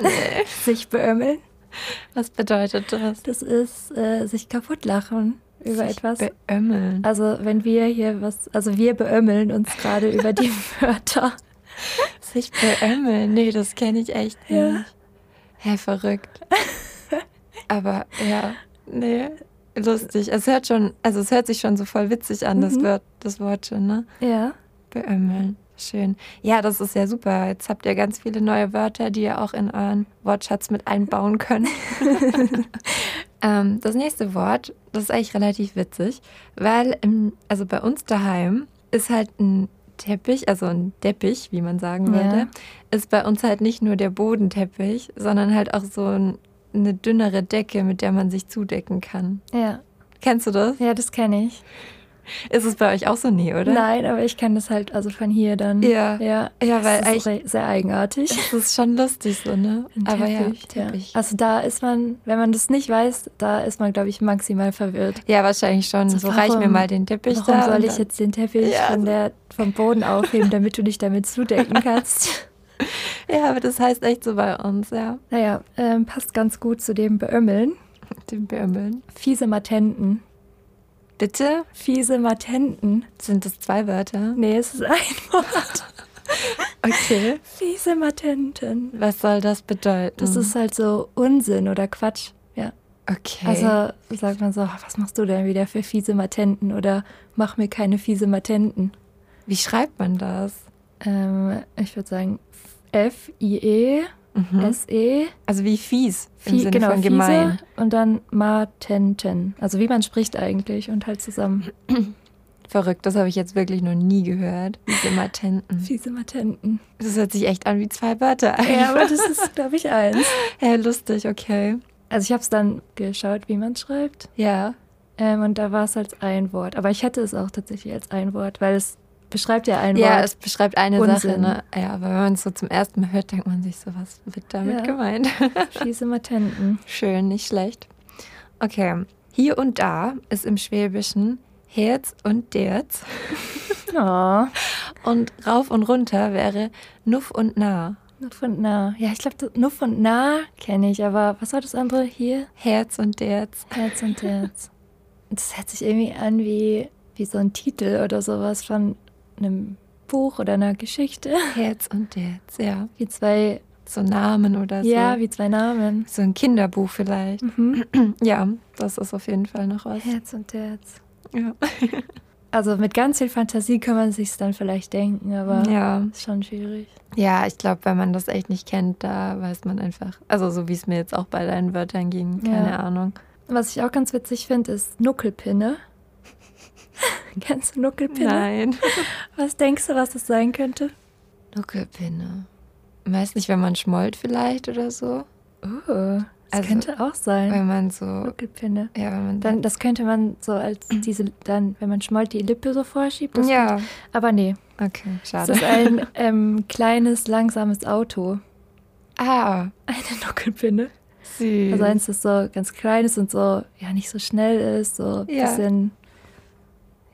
Nee. [LAUGHS] sich beömmeln? Was bedeutet das? Das ist äh, sich kaputtlachen über Sich etwas. Beömmeln. Also wenn wir hier was, also wir beömmeln uns gerade über [LAUGHS] die Wörter. Sich beömmeln. Nee, das kenne ich echt nicht. Ja. Hä, [LAUGHS] verrückt. Aber ja, nee, lustig. Es hört schon, also es hört sich schon so voll witzig an, das Mhm. Wort, das Wort schon, ne? Ja. Beömmeln. Schön. Ja, das ist ja super. Jetzt habt ihr ganz viele neue Wörter, die ihr auch in euren Wortschatz mit einbauen [LAUGHS] könnt. ähm, das nächste Wort, das ist eigentlich relativ witzig, weil im, also bei uns daheim ist halt ein Teppich, also ein Teppich, wie man sagen Ja. würde, ist bei uns halt nicht nur der Bodenteppich, sondern halt auch so ein, eine dünnere Decke, mit der man sich zudecken kann. Ja. Kennst du das? Ja, das kenne ich. Ist es bei euch auch so? Nee, oder? Nein, aber ich kenne das halt also von hier dann. Ja. Ja, Ja, weil das ist re- sehr eigenartig. Das ist schon lustig so, ne? [LAUGHS] Ein Aber ja, ja. Teppich. Ja. Also da ist man, wenn man das nicht weiß, da ist man, glaube ich, maximal verwirrt. wahrscheinlich schon. So, So, reich mir warum- mal den Teppich Warum da. soll und ich dann- jetzt den Teppich Ja, von so. der, vom Boden aufheben, damit du dich damit zudecken [LAUGHS] kannst? Ja, aber das heißt echt so bei uns, ja. Naja, ähm, passt ganz gut zu dem Beömmeln. Den Birmeln. Fiese Matenten. Bitte? Fiese Matenten. Sind das zwei Wörter? Nee, es ist [LAUGHS] ein Wort. Okay. Fiese Matenten. [LAUGHS] Was soll das bedeuten? Das ist halt so Unsinn oder Quatsch. Ja. Okay. Also sagt man so, was machst du denn wieder für fiese Matenten oder mach mir keine fiese Matenten. Wie schreibt man das? Ähm, ich würde sagen E F-I-E, Mhm. S-E, Also wie fies im Fie- Sinne E, genau, von Fiese gemein. und dann Martenten. Also wie man spricht eigentlich und halt zusammen. Verrückt, das habe ich jetzt wirklich noch nie gehört. Diese Matenten. [LAUGHS] Fiese Matenten. Das hört sich echt an wie zwei Wörter. Ja, [LAUGHS] aber das ist, glaube ich, eins. Hä, lustig, okay. Also ich habe es dann geschaut, wie man schreibt. Ja. Ähm, und da war es als ein Wort. Aber ich hätte es auch tatsächlich als ein Wort, weil es beschreibt ja ein Ja, es Wort. beschreibt eine Sache. Unsinn. Ne? Ja, aber wenn man es so zum ersten Mal hört, denkt man sich so, was wird damit Ja. gemeint? [LAUGHS] [LAUGHS] Fiese Matenten. Schön, nicht schlecht. Okay. Hier und da ist im Schwäbischen Herz und Derz. Oh, Und rauf und runter wäre Nuff und Nah. Nuff und Nah. Ja, ich glaube, Nuff und Nah kenne ich, aber was war das andere hier? Herz und Derz. Herz und Herz. [LAUGHS] Das hört sich irgendwie an wie, wie so ein Titel oder sowas von einem Buch oder einer Geschichte. [LAUGHS] Herz und Derz, ja. Wie zwei, So Namen oder so. ja, wie zwei Namen. Mhm. so ein Kinderbuch vielleicht. Ja, das ist auf jeden Fall noch was. Herz und Herz. Ja. Also mit ganz viel Fantasie kann man sich dann vielleicht denken, aber Ja, ist schon schwierig. ja ich glaube, wenn man das echt nicht kennt, da weiß man einfach. Also so wie es mir jetzt auch bei deinen Wörtern ging, keine Ja. Ahnung. Was ich auch ganz witzig finde, ist Nuckelpinne. [LAUGHS] Kennst du Nuckelpinne? Nein. Was denkst du, was das sein könnte? Nuckelpinne. Weiß nicht, wenn man schmollt vielleicht oder so. Oh, das Also- könnte auch sein. Wenn man so. Nuckelpinne. Ja, wenn man Mhm. Dann, das könnte man [CLEARS THROAT] so als diese, dann, wenn man schmollt, die Lippe so vorschiebt. Das Ja, Aber nee, okay, es schade. ist [LAUGHS] ein ähm, kleines, langsames Auto. Ah, Eine [LAUGHS] Nuckelpinne. süß. Also eins, das so ganz klein ist und so, ja, nicht so schnell ist, so ein Ja. bisschen,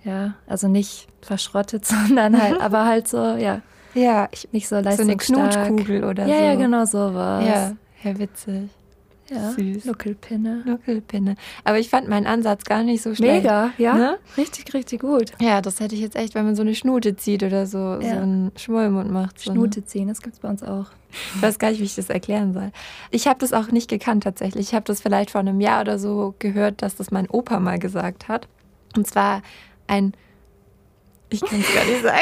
ja, also nicht verschrottet, [LAUGHS] sondern halt, aber halt so, ja, ja, ich, nicht so so eine leistungsstark. Knutkugel oder Ja, so. ja, genau sowas. Ja, ja, witzig. ja. süß. Nuckelpinne. Nuckelpinne. Aber ich fand meinen Ansatz gar nicht so schlecht. Mega, ja. Ne? Richtig, richtig gut. Ja, das hätte ich jetzt echt, wenn man so eine Schnute zieht oder so, so einen Schmollmund macht. So Schnute ziehen, das gibt's bei uns auch. Ne? Ich weiß gar nicht, wie ich das erklären soll. Ich habe das auch nicht gekannt tatsächlich. Ich habe das vielleicht vor einem Jahr oder so gehört, dass das mein Opa mal gesagt hat. Und zwar ein. Ich kann es gar nicht sagen.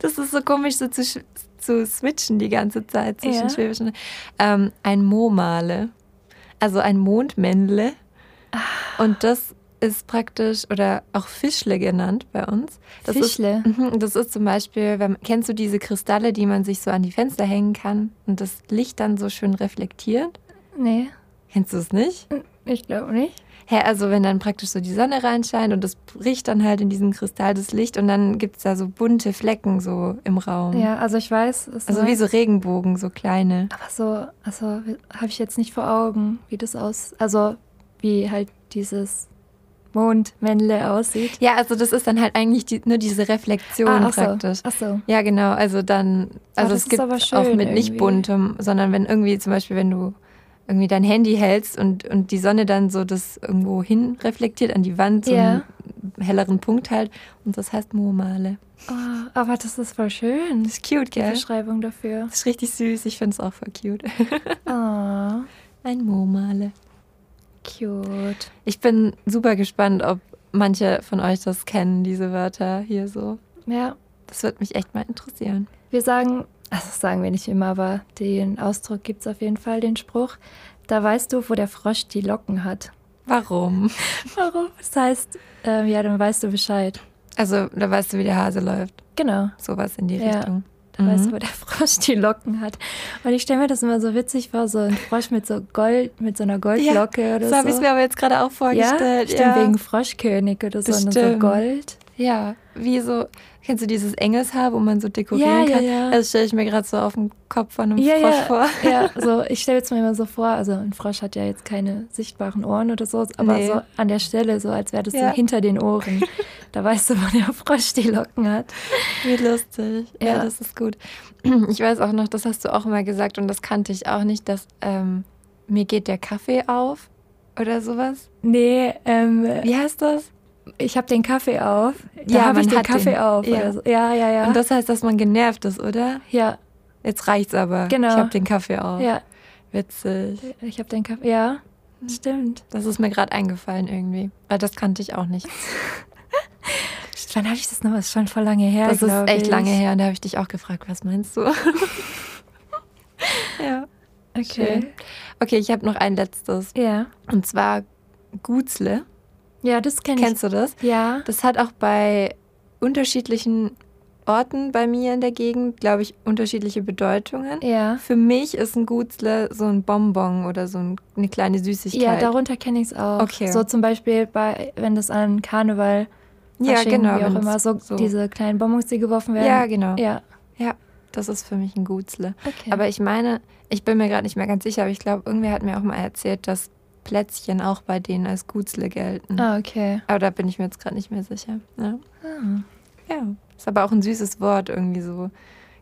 Das ist so komisch, so zu, sch- zu switchen die ganze Zeit zwischen Ja. Schwäbischen. Ähm, ein Momale. Also ein Mondmännle. Und das ist praktisch, oder auch Fischle genannt bei uns. Das Fischle? Ist, Mhm, das ist zum Beispiel, wenn, kennst du diese Kristalle, die man sich so an die Fenster hängen kann und das Licht dann so schön reflektiert? Nee, Kennst du es nicht? ich glaube nicht. Hä, also wenn dann praktisch so die Sonne reinscheint und es bricht dann halt in diesem Kristall das Licht und dann gibt es da so bunte Flecken so im Raum. Ja, also ich weiß, es Oh. Also war- wie so Regenbogen, so kleine. Aber so, also habe ich jetzt nicht vor Augen, wie das aus, also wie halt dieses Mondmännle aussieht. Ja, also das ist dann halt eigentlich die, nur diese Reflexion Ah, ach so, praktisch. Ach so. Ja, genau. Also dann, Ah, also das es ist gibt aber auch mit schön nicht irgendwie. buntem, sondern wenn irgendwie zum Beispiel, wenn du irgendwie dein Handy hältst und, und die Sonne dann so das irgendwo hin reflektiert an die Wand, so Ja. einen helleren Punkt halt. Und das heißt Momale. Oh, aber das ist voll schön. Das ist cute, Die gell? Beschreibung dafür. Das ist richtig süß. Ich finde es auch voll cute. [LAUGHS] Oh, Ein Momale. cute. Ich bin super gespannt, ob manche von euch das kennen, diese Wörter hier so. Ja, Das wird mich echt mal interessieren. wir sagen, also das sagen wir nicht immer, aber den Ausdruck gibt es auf jeden Fall, den Spruch. Da weißt du, wo der Frosch die Locken hat. Warum? Warum? Das heißt, ähm, ja, dann weißt du Bescheid. Also, da weißt du, wie der Hase läuft. Genau. Sowas in die Ja. Richtung. Da weißt du, Mhm. wo der [LAUGHS] Frosch die Locken hat. Und ich stelle mir das immer so witzig vor, so ein Frosch mit so Gold, mit so einer Goldlocke oder So habe ich es so. mir aber jetzt gerade auch ja, vorgestellt. stimmt, wegen Froschkönig oder so. Und dann so Bestimmt. Gold. ja, wie so, kennst du dieses Engelshaar, wo man so dekorieren Ja, ja, kann? ja. Das stelle ich mir gerade so auf den Kopf von einem Frosch [LAUGHS] vor. ja, [LAUGHS] so ich stelle es mir immer so vor, also ein Frosch hat ja jetzt keine sichtbaren Ohren oder so, aber Nee. so an der Stelle, so als wäre das so Ja. hinter den Ohren. Da weißt du, wo der Frosch die Locken hat. Wie lustig. Ja. Ja. das ist gut. [CLEARS THROAT] Ich weiß auch noch, das hast du auch mal gesagt und das kannte ich auch nicht, dass ähm, mir geht der Kaffee auf oder sowas. Nee, ähm, Wie heißt das? ich habe den Kaffee auf. Da Ja, habe man ich den hat den. Kaffee auf. Ja. Oder so. ja, ja, ja. Und das heißt, dass man genervt ist, oder? ja, Jetzt reicht's aber. Genau. Ich habe den Kaffee auf. ja. Witzig. Ich habe den Kaffee. Ja, Hm. stimmt. Das ist mir gerade eingefallen irgendwie, weil das kannte ich auch nicht. Stimmt, wann habe ich das noch? Das ist schon voll lange her. Das ist glaub echt ich. lange her und da habe ich dich auch gefragt, was meinst [LAUGHS] du? ja. Okay. Okay, ich habe noch ein letztes. Ja. Und zwar Gutzle. Ja, das kenne ich. Kennst du das? Ja. Das hat auch bei unterschiedlichen Orten bei mir in der Gegend, glaube ich, unterschiedliche Bedeutungen. Ja. Für mich ist ein Gutzle so ein Bonbon oder so ein, eine kleine Süßigkeit. Ja, darunter kenne ich es auch. Okay. So zum Beispiel bei, wenn das an Karneval, Ja, Fasching, genau, wie auch wenn's immer, so, so- diese kleinen Bonbons, die geworfen werden. Ja, genau. Ja. Ja, das ist für mich ein Gutzle. Okay. Aber ich meine, ich bin mir gerade nicht mehr ganz sicher, aber ich glaube, irgendwer hat mir auch mal erzählt, dass Plätzchen auch bei denen als Gutzle gelten. ah, okay. Aber da bin ich mir jetzt gerade nicht mehr sicher. Ja. Ah. ja, ist aber auch ein süßes Wort irgendwie so.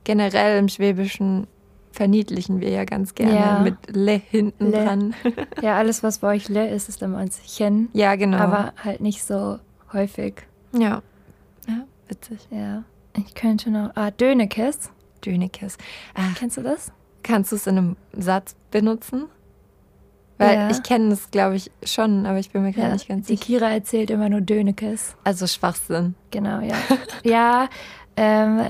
Generell im Schwäbischen verniedlichen wir ja ganz gerne Ja. mit le hinten Le. dran. Ja, alles, was bei euch le ist, ist immer ein Chen. ja, genau. Aber halt nicht so häufig. ja. ja, witzig. Ja. Ich könnte noch. Ah, Dönekes. Dönekes. Ach, Kennst du das? kannst du es in einem Satz benutzen? Weil Ja. ich kenne es, glaube ich, schon, aber ich bin mir gerade nicht ganz Die sicher. Kira erzählt immer nur Dönekes. Also Schwachsinn. [LAUGHS] Genau, ja. ja, ähm,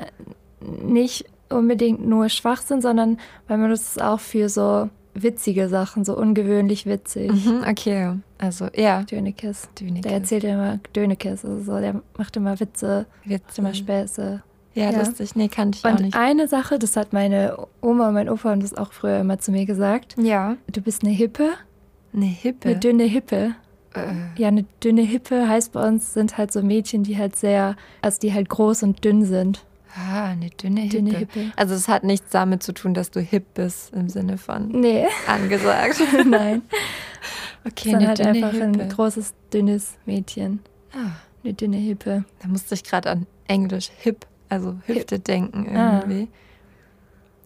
nicht unbedingt nur Schwachsinn, sondern man benutzt es auch für so witzige Sachen, so ungewöhnlich witzig. Mhm, okay, also ja. Dönekes. Der Dönekes. erzählt immer Dönekes, also so, der macht immer Witze, Jetzt macht immer Späße. Ja, Ja. lustig. Nee, kannte Mhm. ich auch Und nicht. eine Sache, das hat meine Oma und mein Opa haben das auch früher immer zu mir gesagt. Ja. Du bist eine Hippe, Eine Hippe. eine dünne Hippe. äh, Ja, eine dünne Hippe heißt bei uns sind halt so Mädchen, die halt sehr, also die halt groß und dünn sind. ah, eine dünne Hippe. Dünne Hippe. Also es hat nichts damit zu tun, dass du hip bist im Sinne [LAUGHS] von Nee, angesagt. nein. Okay, Sondern eine halt dünne einfach ein Hippe. großes, dünnes Mädchen. ah, Eine dünne Hippe. da musste ich gerade an Englisch hip, also Hüfte denken Ah. irgendwie.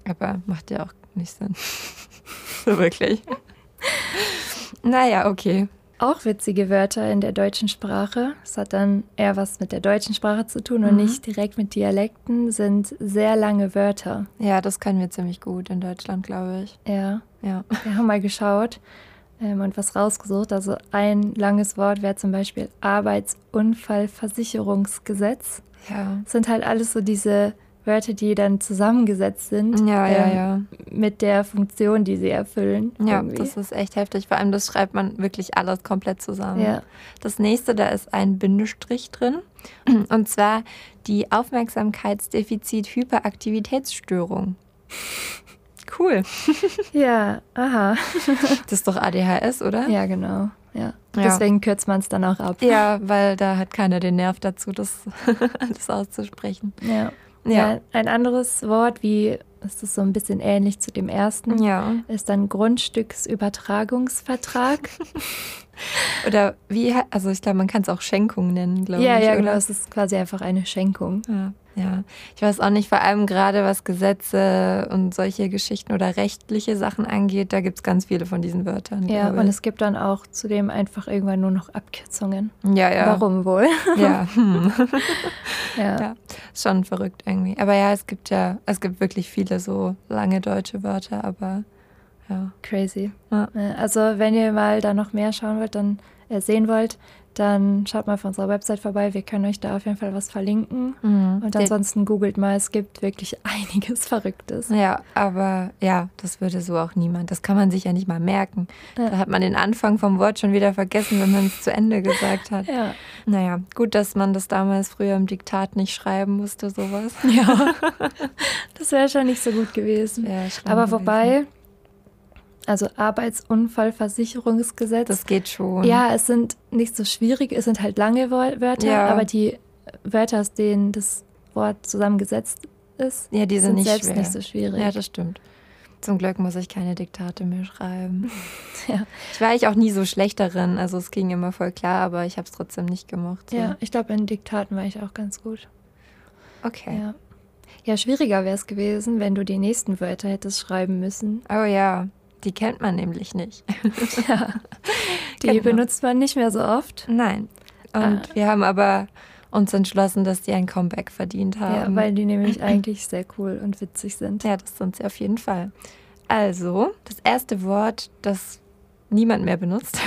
Aber macht ja auch nicht Sinn. [LAUGHS] so [LAUGHS] wirklich. naja, okay. Auch witzige Wörter in der deutschen Sprache, das hat dann eher was mit der deutschen Sprache zu tun und Mhm. nicht direkt mit Dialekten, sind sehr lange Wörter. Ja, das können wir ziemlich gut in Deutschland, glaube ich. Ja, Ja. wir haben mal geschaut ähm, und was rausgesucht. Also ein langes Wort wäre zum Beispiel Arbeitsunfallversicherungsgesetz. Ja. Das sind halt alles so diese Wörter, die dann zusammengesetzt sind Ja, ja, ähm, ja. mit der Funktion, die sie erfüllen. Ja, irgendwie. das ist echt heftig. Vor allem, das schreibt man wirklich alles komplett zusammen. Ja. Das nächste, da ist ein Bindestrich drin. [CLEARS THROAT] Und zwar die Aufmerksamkeitsdefizit-Hyperaktivitätsstörung. Cool. ja, aha. Das ist doch ADHS, oder? Ja, genau. Ja. ne? Ja. Deswegen kürzt man es dann auch ab. Ja, weil da hat keiner den Nerv dazu, das, [LAUGHS] das auszusprechen. Ja. Ja. Ja, Ein anderes Wort, wie es ist so ein bisschen ähnlich zu dem ersten, Ja. ist dann [LAUGHS] Grundstücksübertragungsvertrag. Oder wie, he- also ich glaube, man kann es auch Schenkung nennen, glaube ja, ich. ja, oder? genau. Es ist quasi einfach eine Schenkung. Ja, ja. Ich weiß auch nicht, vor allem gerade was Gesetze und solche Geschichten oder rechtliche Sachen angeht, da gibt es ganz viele von diesen Wörtern. Ja, glaube und ich. es gibt dann auch zudem einfach irgendwann nur noch Abkürzungen. ja, ja. Warum wohl? [LAUGHS] Ja, hm. Ja. ja. Ist schon verrückt irgendwie. Aber ja, es gibt ja, es gibt wirklich viele so lange deutsche Wörter, aber ja. Crazy. Ja. Äh, Also, wenn ihr mal da noch mehr schauen wollt, dann äh, sehen wollt, dann schaut mal auf unserer Website vorbei. Wir können euch da auf jeden Fall was verlinken. Und ansonsten googelt mal, es gibt wirklich [LAUGHS] einiges Verrücktes. ja, aber ja, das würde so auch niemand. Das kann man sich ja nicht mal merken. Ja. Da hat man den Anfang vom Wort schon wieder vergessen, wenn man es zu Ende gesagt [LAUGHS] hat. Ja. Naja, gut, dass man das damals früher im Diktat nicht schreiben musste, sowas. Ja. das wäre schon nicht so gut gewesen. Wär schlimm Aber gewesen. wobei, also Arbeitsunfallversicherungsgesetz. Das geht schon. ja, es sind nicht so schwierig, es sind halt lange Wo- Wörter, Ja. aber die Wörter, aus denen das Wort zusammengesetzt ist, ja die sind, Also sind nicht selbst schwer. nicht so schwierig. Ja, das stimmt. Zum Glück muss ich keine Diktate mehr [LAUGHS] schreiben. [LAUGHS] Ja. Ich war ich auch nie so schlecht darin. Also es ging immer voll klar, aber ich habe es trotzdem nicht gemocht. so. ja ich glaube, in Diktaten war ich auch ganz gut. Okay. Ja, ja schwieriger wäre es gewesen, wenn du die nächsten Wörter hättest schreiben müssen. Oh ja, die kennt man nämlich [LAUGHS] nicht. [LAUGHS] Die Kennt man. benutzt Ah. man nicht mehr so oft. Nein. Und wir haben aber uns entschlossen, dass die ein Comeback verdient haben. Ja, weil die nämlich [CLEARS THROAT] eigentlich sehr cool und witzig sind. Ja, das sind sie auf jeden Fall. Also, das erste Wort, [LAUGHS] das niemand mehr benutzt,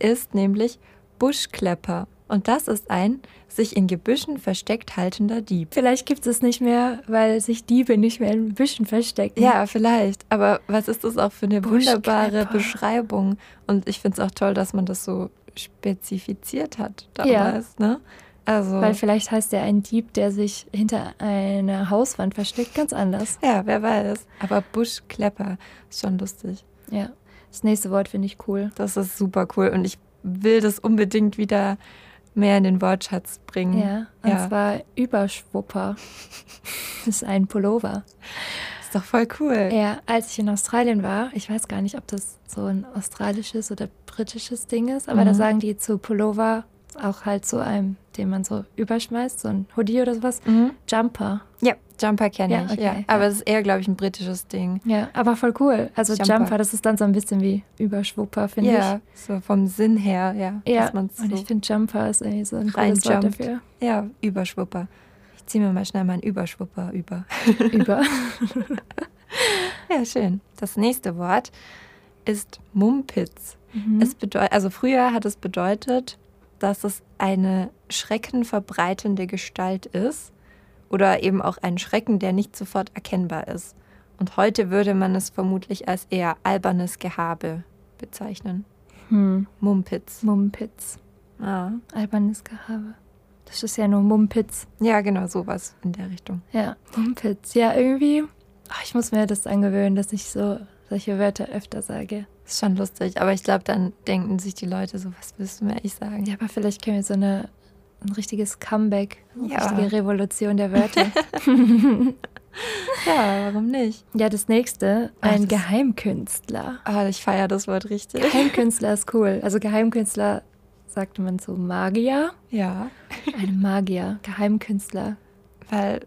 ist nämlich Buschklepper. Und das ist ein sich in Gebüschen versteckt haltender Dieb. Vielleicht gibt es nicht mehr, weil sich Diebe nicht mehr in Büschen verstecken. Ja, vielleicht. Aber was ist das auch für eine Buschklepper. wunderbare Beschreibung? Und ich finde es auch toll, dass man das so spezifiziert hat Ja. damals. Ne? Also, Weil vielleicht heißt ja ein Dieb, der sich hinter einer Hauswand versteckt, ganz anders. ja, wer weiß. Aber Buschklepper ist schon lustig. Ja. Das nächste Wort finde ich cool. Das ist super cool. Und ich will das unbedingt wieder mehr in den Wortschatz bringen. Ja. Mhm. Und Ja. zwar [LAUGHS] Überschwupper. Das ist ein Pullover. Ist doch voll cool. Ja, als ich in Australien war, ich weiß gar nicht, ob das so ein australisches oder britisches Ding ist, aber Mhm. da sagen die zu Pullover auch halt zu einem, den man so überschmeißt, so ein Hoodie oder sowas, Mhm. Jumper. Ja, Jumper kenne Ja, ich. okay, ja. ja. Aber es ist eher, glaube ich, ein britisches Ding. Ja, aber voll cool. Also Jumper. Jumper, das ist dann so ein bisschen wie Überschwupper, finde ja, so vom Sinn her, ja. ich. Ja, dass man's und so ich finde Jumper ist irgendwie so ein cooles Wort reinjumpt. [LAUGHS] dafür. Ja, Überschwupper. Ich ziehe mir mal schnell meinen Überschwupper über. Über. Ja, schön. Das nächste Wort ist Mumpitz. Mhm. Es bedeutet, also früher hat es bedeutet, dass es eine schreckenverbreitende Gestalt ist oder eben auch ein Schrecken, der nicht sofort erkennbar ist. Und heute würde man es vermutlich als eher albernes Gehabe bezeichnen. hm. Mumpitz. Mumpitz. Ah. Albernes Gehabe. Das ist ja nur Mumpitz. Ja, genau, sowas in der Richtung. Ja, Mumpitz. Ja, irgendwie. Ach, ich muss mir das angewöhnen, dass ich so solche Wörter öfter sage. Ist schon lustig, aber ich glaube, dann denken sich die Leute so, was willst du mir eigentlich sagen? Ja, aber vielleicht können wir so eine, ein richtiges Comeback, eine Ja. richtige Revolution [LAUGHS] der Wörter. Ja, warum nicht? ja, das nächste, Ach, ein das- Geheimkünstler. Ah, ich feiere das Wort richtig. Geheimkünstler ist cool. Also Geheimkünstler sagt man so Magier. Ja, Eine Magier, Geheimkünstler. weil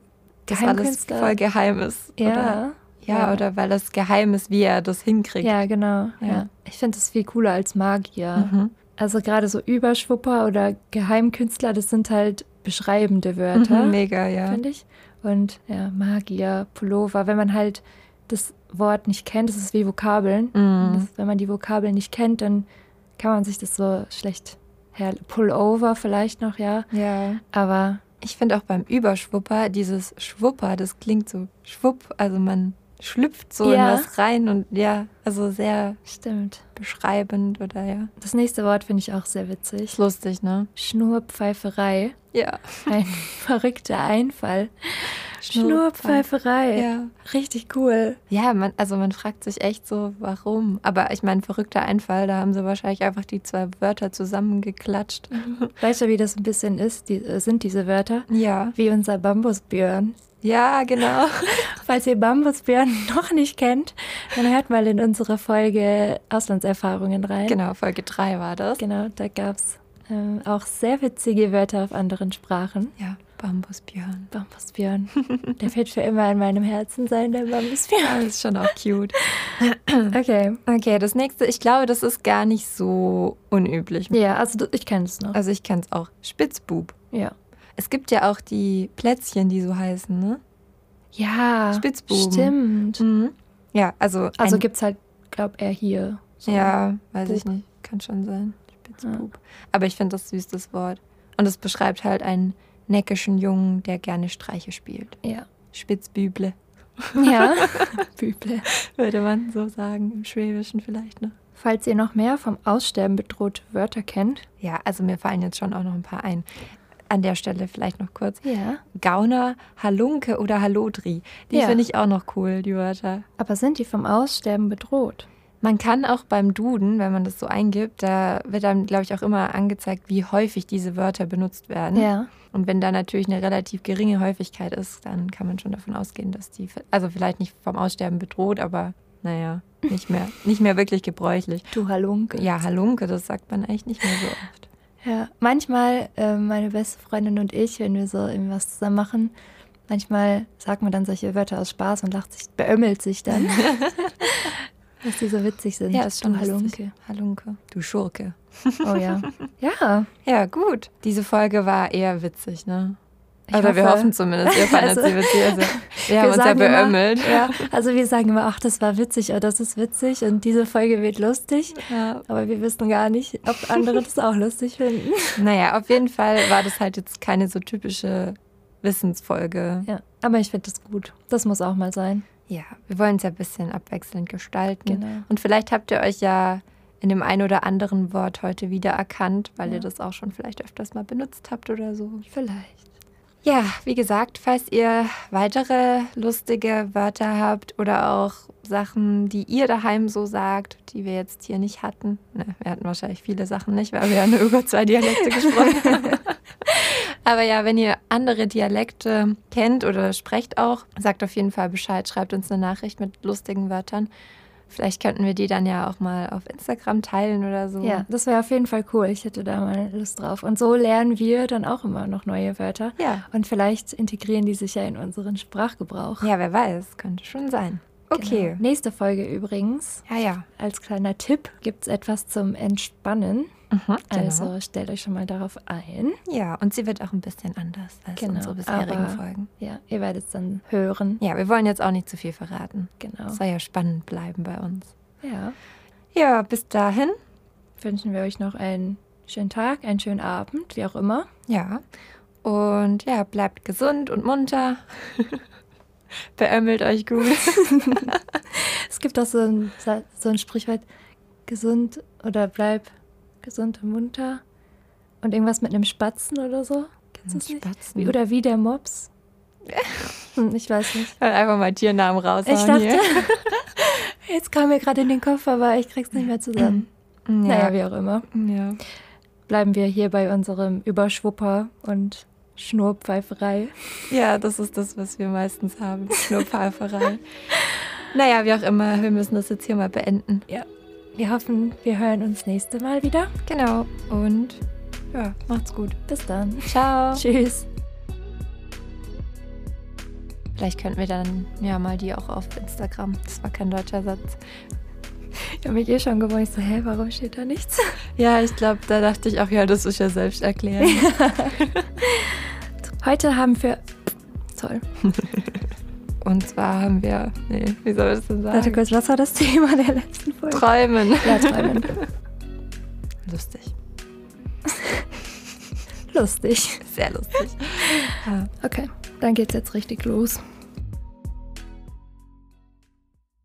das alles Geheimkünstler. voll geheim ist. Oder? Ja. ja, Ja. oder weil das geheim ist, wie er das hinkriegt. Ja, genau. Ja. Ja. Ich finde das viel cooler als Magier. Mhm. Also gerade so Überschwupper oder Geheimkünstler, das sind halt beschreibende Wörter, Mhm, mega, ja. finde ich. Und ja, Magier, Pullover, wenn man halt das Wort nicht kennt, das ist wie Vokabeln. Mhm. Das, wenn man die Vokabeln nicht kennt, dann kann man sich das so schlecht her. Pullover vielleicht noch, ja. Ja. Aber Ich finde auch beim Überschwupper, dieses Schwupper, das klingt so schwupp, also man schlüpft so Ja. in was rein und ja, also sehr stimmt. beschreibend oder ja. Das nächste Wort finde ich auch sehr Ist witzig. lustig, ne? Schnurpfeiferei. Ja. Ein verrückter Einfall. Schnurpfeiferei. Ja. Richtig cool. Ja, man, also man fragt sich echt so, warum. Aber ich meine, verrückter Einfall, da haben sie wahrscheinlich einfach die zwei Wörter zusammengeklatscht. Weißt du, wie das ein bisschen ist, die, äh, sind diese Wörter? Ja. Wie unser Bambusbjörn. Ja, [LAUGHS] genau. Falls ihr Bambusbjörn [LAUGHS] noch nicht kennt, dann hört mal in unsere Folge Auslandserfahrungen rein. genau, Folge 3 war das. Genau, da gab es ähm, auch sehr witzige Wörter auf anderen Sprachen. Ja, Bambusbjörn. Bambusbjörn. Der wird für immer in meinem Herzen sein, der Ah, Das [LAUGHS] Bambusbjörn. ist schon auch cute. Okay. Okay, das nächste, ich glaube, das ist gar nicht so unüblich. Ja, also du- ich kenne es noch. Also ich kenne es auch. Spitzbub. Ja. Es gibt ja auch die Plätzchen, die so heißen, ne? Ja. Spitzbuben. Stimmt. Mhm. Ja, also. ne? Also ein- gibt es halt, glaube er hier. so. Ja, weiß ich Bub. nicht. Kann schon sein. Spitzbub. Aber ich finde das süß, das Wort. Und es beschreibt halt einen neckischen Jungen, der gerne Streiche spielt. [LAUGHS] Ja. Spitzbüble, Ja. [LAUGHS] Büble. würde man so sagen, im Schwäbischen vielleicht ne? noch. Falls ihr noch mehr vom Aussterben bedrohte Wörter kennt. Ja, also mir fallen jetzt schon auch noch ein paar ein. An der Stelle vielleicht noch kurz. Ja. Gauner, Halunke oder Halodri. Die Ja. finde ich auch noch cool, die Wörter. Aber sind die vom Aussterben bedroht? Man kann auch beim Duden, wenn man das so eingibt, da wird dann, glaube ich, auch immer angezeigt, wie häufig diese Wörter benutzt werden. Ja. Und wenn da natürlich eine relativ geringe Häufigkeit ist, dann kann man schon davon ausgehen, dass die, also vielleicht nicht vom Aussterben bedroht, aber naja, nicht [LAUGHS] mehr, nicht mehr wirklich gebräuchlich. Du Halunke. Ja, Halunke, das sagt man eigentlich nicht mehr so oft. Ja. Manchmal, äh, meine beste Freundin und ich, wenn wir so irgendwas zusammen machen, manchmal sagt man dann solche Wörter aus Spaß und lacht sich, beömmelt sich dann. [LAUGHS] dass die so witzig sind. du lustig. Halunke. Halunke. Du Schurke. [LAUGHS] Oh ja. Ja. Ja, gut. Diese Folge war eher witzig, ne? Ich Oder wir hoffe- hoffen zumindest, ihr fandet Also, sie witzig. [LAUGHS] Also, wir haben uns ja sagen immer- beömmelt. Ja, also wir sagen immer, ach, das war witzig, oh, das ist witzig und diese Folge wird lustig. Ja. Aber wir wissen gar nicht, ob andere das auch lustig finden. Naja, auf jeden Fall war das halt jetzt keine so typische Wissensfolge. Ja, aber ich finde das gut. Das muss auch mal sein. Ja, wir wollen es ja ein bisschen abwechselnd gestalten. Genau. Und vielleicht habt ihr euch ja in dem einen oder anderen Wort heute wiedererkannt, weil ihr das auch schon vielleicht öfters mal benutzt habt oder so. Vielleicht. Ja, wie gesagt, falls ihr weitere lustige Wörter habt oder auch Sachen, die ihr daheim so sagt, die wir jetzt hier nicht hatten. Ne, wir hatten wahrscheinlich viele Sachen nicht, weil wir ja nur über zwei [LAUGHS] Dialekte gesprochen haben. Aber ja, wenn ihr andere Dialekte kennt oder sprecht auch, sagt auf jeden Fall Bescheid, schreibt uns eine Nachricht mit lustigen Wörtern. Vielleicht könnten wir die dann ja auch mal auf Instagram teilen oder so. Ja, das wäre auf jeden Fall cool. Ich hätte da mal Lust drauf. Und so lernen wir dann auch immer noch neue Wörter. Ja. Und vielleicht integrieren die sich ja in unseren Sprachgebrauch. Ja, wer weiß, könnte schon sein. Okay. Genau. Nächste Folge übrigens. Ja, ja. Als kleiner Tipp gibt es etwas zum Entspannen. Mhm, genau. Also stellt euch schon mal darauf ein. Ja, und sie wird auch ein bisschen anders als Genau, unsere bisherigen aber- Folgen. Ja, ihr werdet es dann hören. Ja, wir wollen jetzt auch nicht zu viel verraten. Genau. Es soll ja spannend bleiben bei uns. Ja. Ja, bis dahin. Wünschen wir euch noch einen schönen Tag, einen schönen Abend, wie auch immer. Ja. Und ja, bleibt gesund und munter. [LAUGHS] Beömmelt euch [LAUGHS] gut. Es gibt auch so ein, Sa- so ein Sprichwort, gesund oder bleib gesund und munter. Und irgendwas mit einem Spatzen oder so. Kennst du es nicht? Spatzen. Wie, Oder oder wie der [LAUGHS] Mops. Hm, ich weiß nicht. einfach mal Tiernamen raus. Ich dachte, [LAUGHS] jetzt kam mir gerade in den Kopf, aber ich krieg's nicht mehr zusammen. [CLEARS THROAT] Ja. [LAUGHS] Naja, wie auch immer. ja. Bleiben wir hier bei unserem Überschwupper und Schnurpfeiferei. ja, das ist das, was wir meistens haben. [LAUGHS] Schnurrpfeiferei. naja, wie auch immer, wir müssen das jetzt hier mal beenden. Ja. Wir hoffen, wir hören uns nächste Mal wieder. Genau. Und ja, macht's gut. Bis dann. Ciao. Tschüss. Vielleicht könnten wir dann ja mal die auch auf Instagram. Das war kein deutscher Satz. Ich habe mich eh schon gewundert, Ich so, hä, warum steht da nichts? Ja, ich glaube, da dachte ich auch, ja, das ist ja selbst erklärt. [LAUGHS] Heute haben wir. Toll. Und zwar haben wir, nee, wie soll ich das denn Warte sagen? kurz, was war das Thema der letzten Folge? Träumen. ja, träumen. Lustig. Lustig. Sehr lustig. Ja. Okay, dann geht's jetzt richtig los.